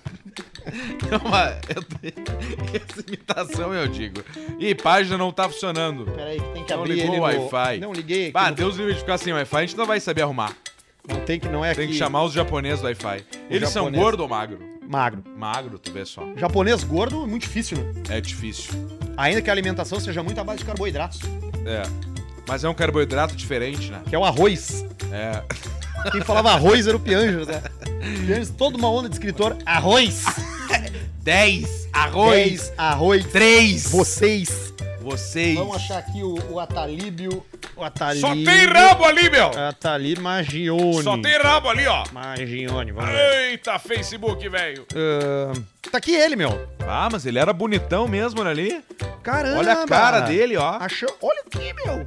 É uma- eu- Essa imitação eu digo. Ih, página não tá funcionando.
Peraí, que tem que
Não
abrir
ligou
ele
o Wi-Fi.
Não liguei aqui.
Ah,
no-
Deus livre de ficar sem Wi-Fi, a gente não vai saber arrumar.
Não tem que não é aqui.
Tem que chamar os japoneses do Wi-Fi. Eles são
japonês.
gordo ou magro?
Magro.
Magro, tu vê só.
Japonês gordo é muito difícil, né?
É difícil.
Ainda que a alimentação seja muito à base de carboidratos,
É. Mas é um carboidrato diferente, né?
que é o arroz.
É.
Quem falava arroz era o Pianjas, né? Pianjas, toda uma onda de escritor. Arroz!
10,
Arroz! Arroz!
3,
Vocês!
vocês.
Vamos achar aqui o, o Atalíbio. O Atalíbio.
Só tem rabo ali, meu!
Atalíbio Magione.
Só tem rabo ali, ó.
Magione, vamos ver.
Eita, Facebook, velho.
Ah, tá aqui ele, meu.
Ah, mas ele era bonitão mesmo né, ali.
Caramba!
Olha a cara dele, ó.
Achou... Olha aqui, meu.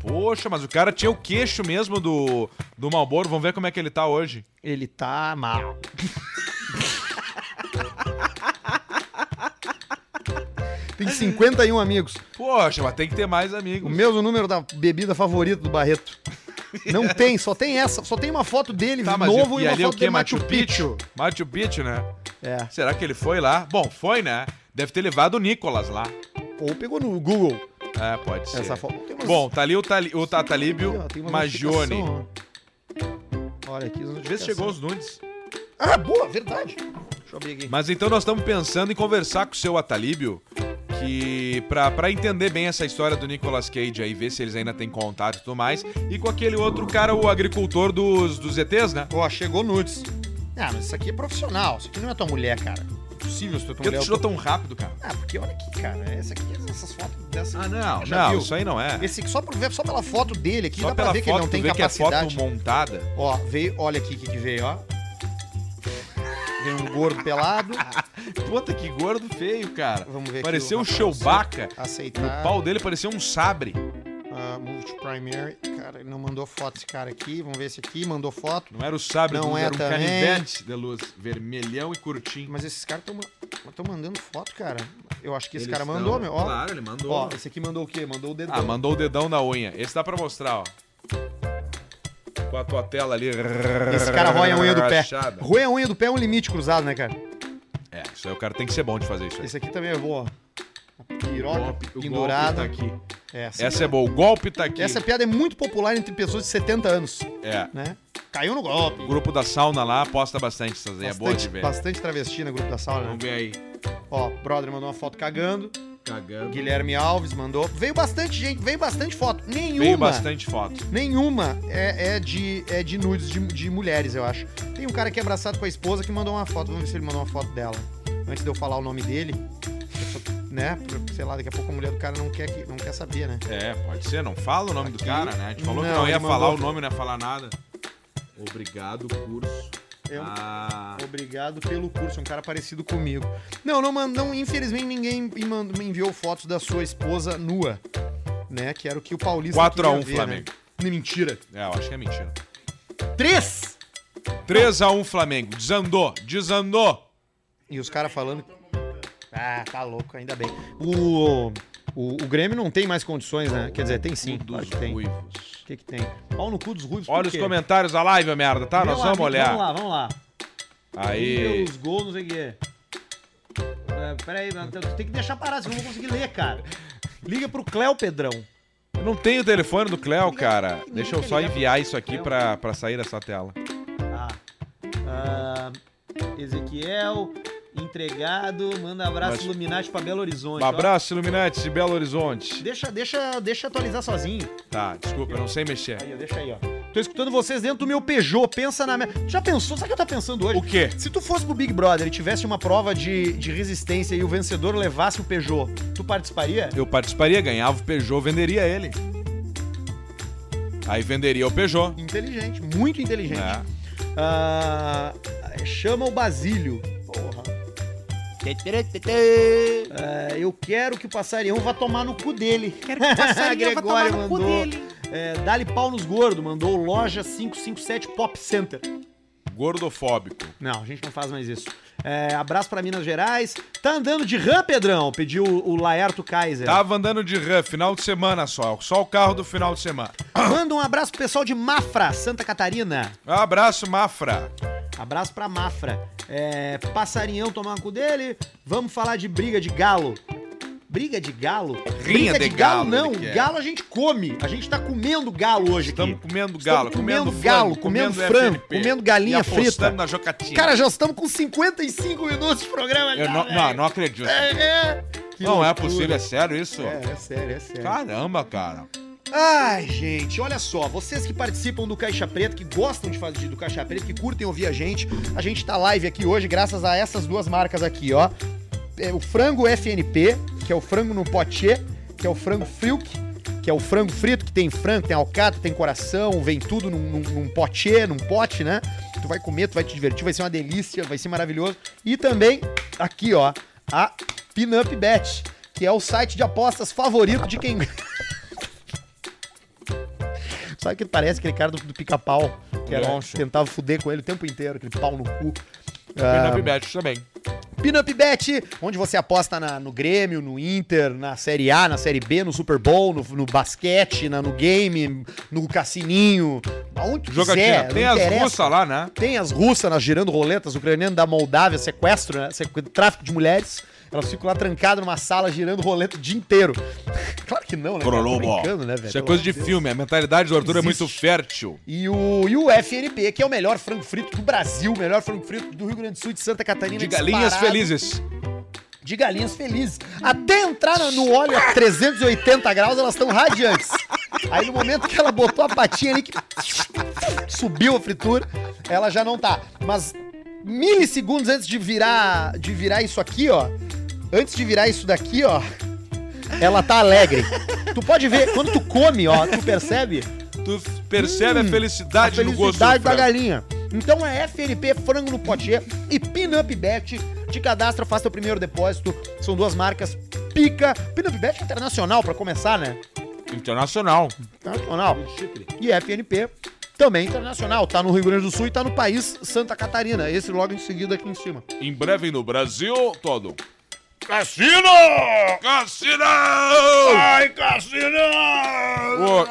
Poxa, mas o cara tinha o queixo mesmo do, do Malboro. Vamos ver como é que ele tá hoje.
Ele tá mal. Tem 51 amigos.
Poxa, mas tem que ter mais amigos.
O mesmo número da bebida favorita do Barreto. Não tem, só tem essa, só tem uma foto dele
Tá, mas
novo
e-
e,
e
uma
ali
foto
o quê?
de Machu
Machu
Picchu.
Machu Picchu, né?
É.
Será que ele foi lá? Bom, foi, né? Deve ter levado o Nicolas lá.
Ou pegou no Google
É, pode ser.
essa foto. Tem umas-
Bom, tá ali o, Tali, o
Ih, ó,
Tatalíbio
tem uma
Magione.
notificação, ó. Olha aqui,
Às vezes chegou os nudes.
Ah, boa, verdade. Deixa eu abrir aqui.
Mas então nós estamos pensando em conversar com o seu Atalíbio, que pra, pra entender bem essa história do Nicolas Cage aí, ver se eles ainda têm contato e tudo mais, e com aquele outro cara, o agricultor dos, dos ETs, né?
Ó, chegou nudes. Ah, mas isso aqui é profissional. Isso aqui não é tua mulher, cara. Impossível se tu é tua
Por que tu
mulher.
tirou tão rápido, cara?
Ah, porque olha aqui, cara. Essa aqui, essas fotos dessa.
Ah, não,
Já
não,
viu?
isso aí não é.
Esse aqui, só, por ver, só pela foto dele aqui,
Só
dá pra
pela
ver
foto,
que ele não
tu
tem
vê que é
capacidade.
foto montada.
Ó, veio, olha aqui o que, que veio, ó. Veio um gordo pelado.
Puta, que gordo feio, cara.
Vamos ver aqui
Pareceu
o
um
Rafael
Chewbacca. E
Aceitar.
o pau dele parecia um sabre.
Ah, move to primary. Cara, ele não mandou foto esse cara aqui. Vamos ver esse aqui. Mandou foto.
Não era o sabre,
Não
de luz,
é
era um
também.
canivete de luz, vermelhão e curtinho.
Mas esses caras estão mandando foto, cara. Eu acho que esse
Eles
cara
tão-
mandou, meu. Ó,
Claro, ele mandou.
ó, esse aqui mandou o quê? Mandou o dedão.
Ah, mandou o dedão na unha. Esse dá pra mostrar, ó. Com a tua tela ali.
Esse cara rói a unha do pé.
rachada.
Rói a unha do pé é um limite cruzado, né, cara?
É, isso aí o cara tem que ser bom de fazer isso aí.
Esse aqui também é boa. A
O
piroca
golpe- o golpe
pendurada.
tá aqui.
Essa.
Essa é boa. O golpe tá aqui.
Essa piada é muito popular entre pessoas de 70 anos,
É.
né? Caiu no golpe.
O grupo da sauna lá aposta bastante essas aí. É boa de
Bastante,
ver.
bastante travesti no grupo da sala, né?
Vamos ver aí.
Ó, brother mandou uma foto cagando.
Cagando.
Guilherme Alves mandou. Veio bastante gente, veio bastante foto. Nenhuma.
Veio bastante foto.
Nenhuma é, é de, é de nudes de, de mulheres, eu acho. Tem um cara que é abraçado com a esposa que mandou uma foto. Vamos ver se ele mandou uma foto dela. Antes de eu falar o nome dele. Né? Pra- Sei lá, daqui a pouco a mulher do cara não quer, que, não quer saber, né?
É, pode ser. Não fala o nome do cara, né? A gente falou que
Não,
não ia
ele
falar
mandou-
o nome, não ia falar nada. Obrigado, curso.
Eu-
Ah.
Obrigado pelo curso, é um cara parecido comigo. Não, não, man- não infelizmente ninguém me mandou- me enviou fotos da sua esposa nua, né? Que era o que o Paulista
4 a 1
queria ver,
Flamengo.
Né? Mentira.
É, eu acho que é mentira.
3!
3x1 Flamengo. Desandou, desandou.
E os caras falando... Ah, tá louco, ainda bem. O, o, o Grêmio não tem mais condições, né? Quer dizer, tem sim, claro que tem. O
Um ruivos.
que que tem? Pau no cu dos ruivos.
Olha
por
os
quê?
comentários da live, ô merda, tá?
Meu
Nós vamos
amigo,
olhar.
Vamos lá, vamos lá.
Aí.
Os gols, não sei o quê. É, peraí, mas tu tem que deixar parar, senão eu não vou conseguir ler, cara. Liga pro Cléo Pedrão.
Eu não tenho o telefone do Cléo, cara.
ninguém
Deixa eu
quer
só
ligar
enviar
pro
isso aqui
Cléo.
pra, pra sair dessa tela.
Tá. Ah, Ezequiel, entregado, manda abraço
Mas-
Illuminati pra Belo Horizonte.
Um abraço, Iluminati de Belo Horizonte.
Deixa, deixa, deixa atualizar sozinho.
Tá, desculpa, eu não sei mexer.
Aí, ó, deixa aí, ó. Tô escutando vocês dentro do meu Peugeot, pensa na minha... Já pensou? Sabe o que eu tô pensando hoje?
O quê?
Se tu fosse pro Big Brother e tivesse uma prova de, de resistência e o vencedor levasse o Peugeot, tu participaria?
Eu participaria, ganhava o Peugeot, venderia ele. Aí venderia o Peugeot. né?
Inteligente, muito inteligente.
É.
Ah, chama o Basílio. Porra. É, eu quero que o passarinho vá tomar no cu dele. Quero que o
passarinho vá tomar no cu dele.
É, Dá-lhe pau nos gordos, mandou loja 557 Pop Center.
Gordofóbico.
Não, a gente não faz mais isso. É, abraço pra Minas Gerais. Tá andando de RAM, Pedrão? Pediu o Laerto Kaiser.
Tava andando de RAM, final de semana só. Só o carro do final de semana.
Manda um abraço pro pessoal de Mafra, Santa Catarina.
Um Abraço, Mafra.
Abraço pra Mafra. É, passarinhão tomar no cu dele. Vamos falar de briga de galo. Briga de galo? briga
de galo,
não.
ele quer.
Galo a gente come. A gente tá comendo galo hoje aqui.
Estamos comendo galo,
Estamos
comendo,
comendo
frango,
galo, comendo frango, comendo galinha
e apostando
frita.
na jocatina.
Cara, já estamos com 55 minutos de programa.
eu
já,
não, não,
velho.
não acredito.
É, é. Que
não é
loucura.
possível, é sério Tá isso?
É, é sério, é sério.
Caramba, cara.
Ai, gente, olha só, vocês que participam do Caixa Preta, que gostam de fazer do Caixa Preta, que curtem ouvir a gente, a gente tá live aqui hoje graças a essas duas marcas aqui, ó. É, o frango FNP, que é o frango no potier, que é o frango friuk, que é o frango frito, que tem frango, tem alcatra, tem coração, vem tudo num, num, num potier, num pote, né? Tu vai comer, tu vai te divertir, vai ser uma delícia, vai ser maravilhoso. E também, aqui, ó, a Pinup Bet, que é o site de apostas favorito de quem... Sabe que ele parece aquele cara do, do pica-pau, que era,
Broncho.
tentava fuder com ele o tempo inteiro, aquele pau no cu.
Ah. também.
Pinup Bet, onde você aposta na- no Grêmio, no Inter, na Série A, na Série B, no Super Bowl, no, no basquete, na- no game, no cassininho, aonde tu
Jogatina.
quiser, não
Tem as
interessa.
russas lá, né?
Tem as russas nas girando roletas, ucraniano da Moldávia, sequestro, né? Sequ- Tráfico de mulheres. Elas ficam lá trancadas numa sala girando roleta o dia inteiro. claro que não, né? cara? Tô brincando, né, velho?
Isso é
Pelo
coisa
amor
de
Deus.
filme. A mentalidade do Arthur é muito
Existe.
fértil.
E o, e o FNP, que é o melhor frango frito do Brasil, o melhor frango frito do Rio Grande do Sul, de Santa Catarina.
De galinhas
disparado.
felizes.
De galinhas felizes. Até entrar na- no óleo a 380 graus, elas estão radiantes. Aí no momento que ela botou a patinha ali, que subiu a fritura, ela já não tá. Mas milissegundos antes de virar, de virar isso aqui, ó. Antes de virar isso daqui, ó. Ela tá alegre. Tu pode ver, quando tu come, ó, tu percebe
Tu percebe a felicidade,
Hum, a
no gosto do
felicidade da
frango.
galinha. Então é FNP, frango no potier e Pinup Bet. Te cadastra, faça o primeiro depósito. São duas marcas pica. Pinup Bet é internacional, pra começar, né?
Internacional.
Internacional. E FNP também internacional. Tá no Rio Grande do Sul e tá no país Santa Catarina. Esse logo em seguida aqui em cima.
Em breve no Brasil todo. Cassino! Cassino! Ai, Cassino! O...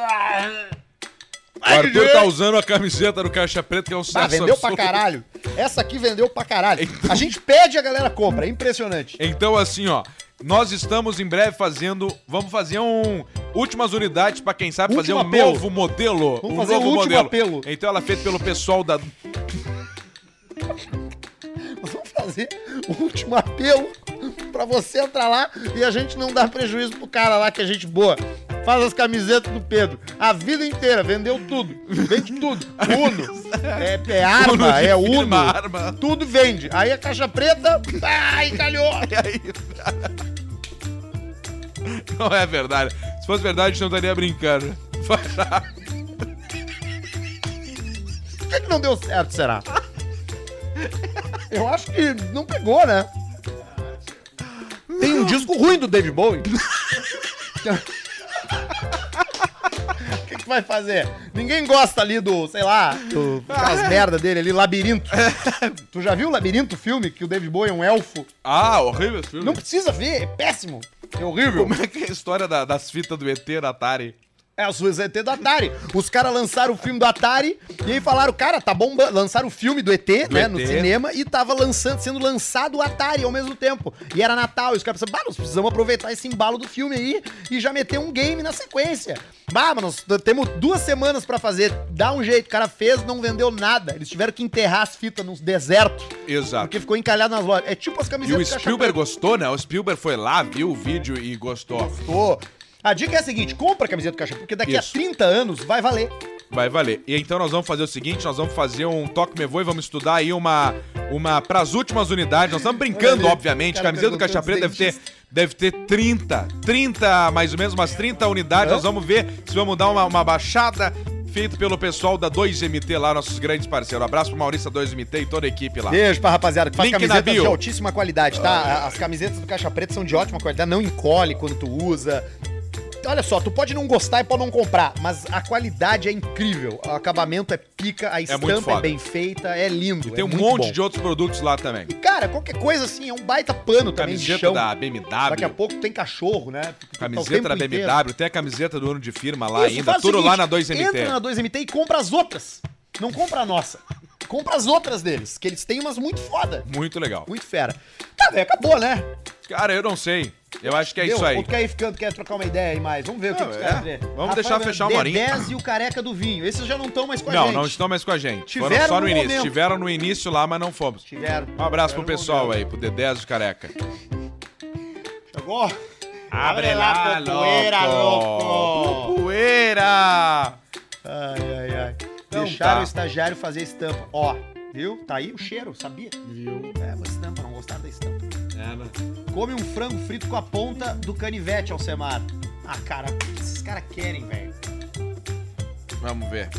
Arthur tá usando a camiseta do Caixa Preta, que é um
Ah,
sucesso
vendeu pra
absoluto.
caralho. Essa aqui vendeu pra caralho.
Então-
A gente pede e a galera compra. É impressionante.
Então, assim, ó. Nós estamos em breve fazendo. Vamos fazer um. Últimas unidades pra quem sabe fazer um
Último apelo.
novo modelo.
Vamos
um
fazer o
novo
último apelo.
Então, ela é feita pelo pessoal da.
Nós vamos fazer o último apelo pra você entrar lá e a gente não dar prejuízo pro cara lá que é gente boa. Faz as camisetas do Pedro. A vida inteira, vendeu tudo. Vende tudo. Uno. É, é arma,
Uno de
é
firma,
Uno.
arma.
Tudo vende. Aí a caixa preta, ah, encalhou.
Não é verdade. Se fosse verdade, a gente não estaria brincando. Vai lá.
Por que, que não deu certo, será? Eu acho que não pegou, né? Tem um disco ruim do David Bowie. O que, que tu vai fazer? Ninguém gosta ali do, sei lá, do, aquelas merda dele ali, Labirinto. tu já viu o Labirinto, o filme, que o David Bowie é um elfo?
Ah, horrível esse filme.
Não precisa ver, é péssimo. É horrível.
Como é que é a história da- das fitas do ET da Atari?
É, o ZT do Atari. Os caras lançaram o filme do Atari e aí falaram, cara, tá bombando. Lançaram o filme do ET, né, no
ET.
cinema, e tava lançando, sendo lançado o Atari ao mesmo tempo. E era Natal, e os caras pensaram, bah, nós precisamos aproveitar esse embalo do filme aí e já meter um game na sequência. Bah, mas nós t- temos duas semanas pra fazer, dá um jeito. O cara fez, não vendeu nada. Eles tiveram que enterrar as fitas num deserto,
Exato.
porque ficou encalhado nas lojas. É tipo as
E
camisetas
o
do Caixa
Spielberg
Preta.
gostou, né? O Spielberg foi lá, viu o vídeo e gostou.
Pô, A dica é a seguinte, compra a camiseta do Caixa, Preta, porque daqui
Isso.
a 30 anos vai valer.
Vai valer. E então nós vamos fazer o seguinte, nós vamos fazer um toque me voe, vamos estudar aí uma uma pras últimas unidades. Nós estamos brincando,
Olha,
obviamente.
cara,
Camiseta do Caixa Preta
perguntando
deve ter deve ter 30, 30, mais ou menos umas 30 unidades. Nós vamos ver se vamos dar uma, uma baixada feito pelo pessoal da 2MT lá, nossos grandes parceiros. Um abraço pro Maurício da 2MT e toda a equipe lá.
Beijo pra rapaziada que faz
Link na
camisetas
bio.
de altíssima qualidade, tá? As camisetas do Caixa Preta são de ótima qualidade, não encolhe quando tu usa. Olha só, tu pode não gostar e pode não comprar, mas a qualidade é incrível. O acabamento é pica, a
muito
estampa é,
foda.
bem feita, é lindo.
Tem um monte de outros produtos lá também.
E cara, qualquer coisa assim, é um baita pano também de
Camiseta
chão.
da BMW.
Daqui a pouco tem cachorro, né? Tu tá o tempo
Camiseta da BMW,
inteiro.
tem a camiseta do ano de firma lá
Isso,
ainda,
faz o
tudo lá
seguinte,
na 2MT.
Entra na 2MT e compra as outras. Não compra a nossa. Compra as outras deles, que eles têm umas muito foda.
Muito legal.
Muito fera. Tá, velho, acabou, né?
Cara, eu não sei. Eu acho que é
Deu?
isso aí.
Ou tu quer ir ficando, quer trocar uma ideia aí mais? Vamos ver o
Não,
que, que
é.
os caras vê.
Vamos deixar fechar uma horinha.
10 e o Careca do Vinho. Esses já não estão mais com a
Não,
gente.
não estão mais com a gente. Foram
Tiveram
só no,
no
início.
momento.
Tiveram no início lá, mas não fomos.
Tiveram.
Um abraço pro
Tiveram
pessoal
no
aí, pro Dedés do Careca.
Chegou?
Abre
lá,
lá,
poeira,
louco!
louco.
Poeira!
Ai, ai, ai.
Então
Deixaram
tá.
o estagiário fazer estampa. Ó, viu? Tá aí o cheiro, sabia? Viu? É, uma estampa, não gostaram da estampa. Come um frango frito com a ponta do canivete, Alcemar. Ah, cara, o que esses caras querem, velho?
Vamos ver.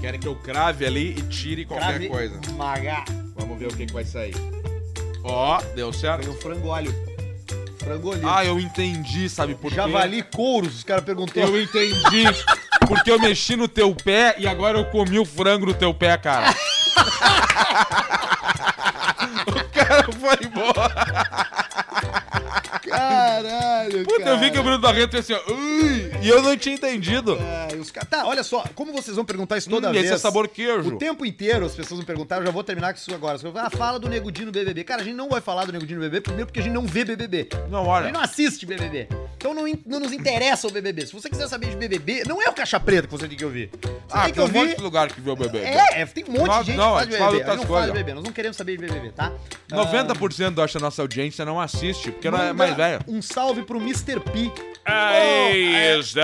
Querem que eu crave ali e tire qualquer
Crave
coisa.
Magar.
Vamos ver o que, que vai sair. Ó, deu certo.
Foi um frango óleo. Frango óleo.
Ah, eu entendi, sabe por quê?
Javali couros, os caras perguntaram.
Eu entendi. Porque eu mexi no teu pé e agora eu comi o frango no teu pé, cara. o cara foi embora.
Caralho,
Puta, eu vi que o Bruno Barreto fez assim, ó. "Ui", E eu não tinha entendido.
Ai, os ca- Tá, olha só, como vocês vão perguntar isso toda
Hum,
vez?
esse é sabor
O
queijo.
tempo inteiro as pessoas me perguntaram, eu já vou terminar com isso agora. Você vai falar, Ah, fala do Negudinho no BBB. Cara, a gente não vai falar do Negudinho no BBB, primeiro porque a gente não vê BBB.
Não,
A
olha.
gente não assiste BBB. Então não, in- não nos interessa o BBB. Se você quiser saber de BBB, não é o Caixa Preta que você tem que ouvir. Você
Ah,
tem que
tem um monte
ouvir...
de lugar que vê o bebê.
É, é, tem um monte
Nós-
de gente
não,
que
a
fala de
gente
BBB. A
fala outras
gente não fala
coisas.
de BBB, nós não queremos saber de BBB, tá?
90% da nossa audiência não assiste, porque não é
Manda
mais velho.
Um salve pro Mr. P.
Aí está.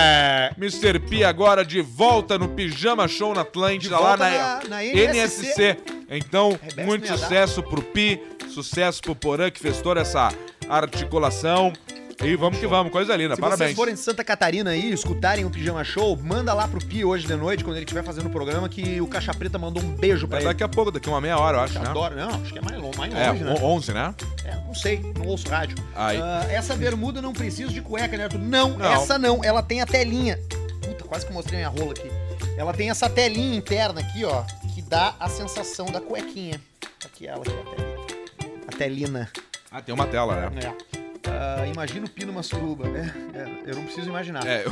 É.
Mr. P agora de volta no Pijama Show na Atlântida,
De
lá
volta
na,
na- na
NSC.
NSC.
Então,
Rebeca
muito
Meia Dá.
sucesso pro Pi, sucesso pro Porã, que fez toda essa articulação. E vamos que vamos, coisa linda,
Se
parabéns.
vocês forem de Santa Catarina aí, escutarem o Pijama Show, manda lá pro Pi hoje de noite, quando ele estiver fazendo o programa, que o Caixa Preta mandou um beijo pra
Mas
ele.
daqui a pouco, daqui a uma meia hora, eu acho, né?
Adoro. Não, acho que é mais longe, mais
É,
longe né?
on- 11, né?
É, não sei, não ouço rádio.
Aí.
Ah, essa bermuda não precisa de cueca, né, Arthur? Não,
Não.
essa não. Ela tem a telinha. Puta, quase que eu mostrei minha rola aqui. Ela tem essa telinha interna aqui, ó, que dá a sensação da cuequinha. Aqui ela, aqui, a telinha. A telina.
Ah, tem uma tela, né?
É. Ah, imagina o Pi numa suruba, né? É, eu não preciso imaginar.
É,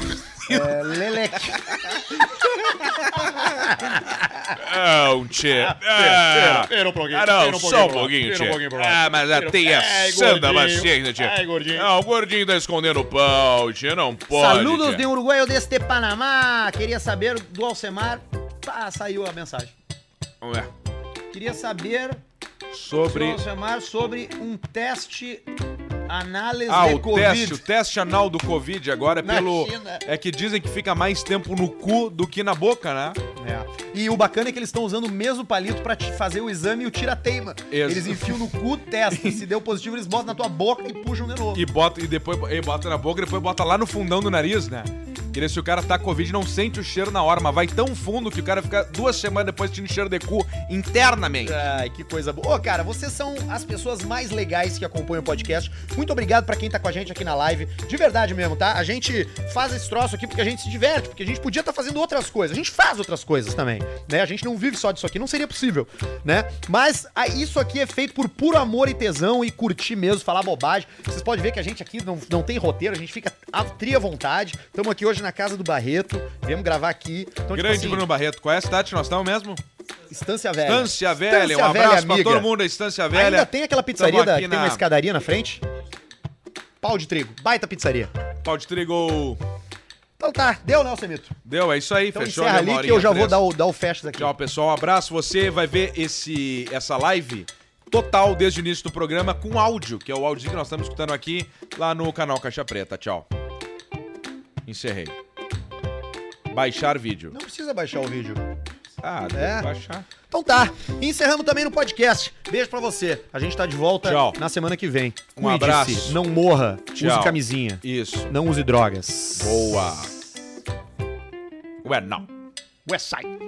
eu...
É, Leleque.
Não, É, um tchê. Ah, ah, não, só um pouquinho, tchê. Ah, mas a teia santa paciência, tchê. Ah, o gordinho tá escondendo o pau, tchê. Não pode,
Saludos
tchê.
de Uruguai deste Panamá. Queria saber do Alcemar. Pá, saiu a mensagem.
Vamos ver.
Queria saber do
Sobre...
Alcemar sobre um teste análise
Ah,
de
o
Covid.
teste, o teste anal do Covid agora é
Na
pelo.
China.
É que dizem que fica mais tempo no cu do que na boca, né?
É. E o bacana é que eles estão usando o mesmo palito pra te fazer o exame e o tira-teima.
Isso.
Eles enfiam no cu, testam. Se deu positivo, eles botam na tua boca e puxam de novo.
E bota, e depois e bota na boca, depois bota lá no fundão do nariz, né? Queria se o cara tá com Covid não sente o cheiro na hora, mas vai tão fundo que o cara fica duas semanas depois sentindo cheiro de cu internamente.
Ai, que coisa boa. Ô, cara, vocês são as pessoas mais legais que acompanham o podcast. Muito obrigado pra quem tá com a gente aqui na live. De verdade mesmo, tá? A gente faz esse troço aqui porque a gente se diverte, porque a gente podia estar fazendo outras coisas. A gente faz outras coisas também, né? A gente não vive só disso aqui, não seria possível, né? Mas ah, isso aqui é feito por puro amor e tesão e curtir mesmo, falar bobagem. Vocês podem ver que a gente aqui não, não tem roteiro, a gente fica à tria vontade. Estamos aqui hoje na casa do Barreto, viemos gravar aqui. Então, tipo
Grande
assim,
Bruno Barreto, qual é a cidade que nós estamos mesmo?
Estância Velha.
Estância Velha, um
Velha,
abraço
amiga.
pra todo mundo da Estância Velha.
Ainda tem aquela pizzaria
Tamo
da,
aqui
que tem
na-
uma escadaria na frente? Pau de trigo, baita pizzaria.
Pau de trigo.
Então tá, deu, né, Semito?
Deu, é isso aí,
Então
fechou.
encerra
né, uma
ali que eu
horinha,
já vou
três.
dar o, dar o fecho daqui.
Tchau, pessoal. Um abraço. Você vai ver esse, essa live total desde o início do programa com áudio, que é o áudio que nós estamos escutando aqui lá no canal Caixa Preta. Tchau. Encerrei. Baixar vídeo.
Não precisa baixar o vídeo.
Ah,
É.
deve baixar.
Então tá, encerramos também no podcast. Beijo pra você. A gente tá de volta
Tchau.
na semana que vem.
Um
Cuide-se,
abraço.
Não morra.
Tchau.
Use camisinha.
Isso.
Não use drogas.
Boa. Ué, não.
Westside.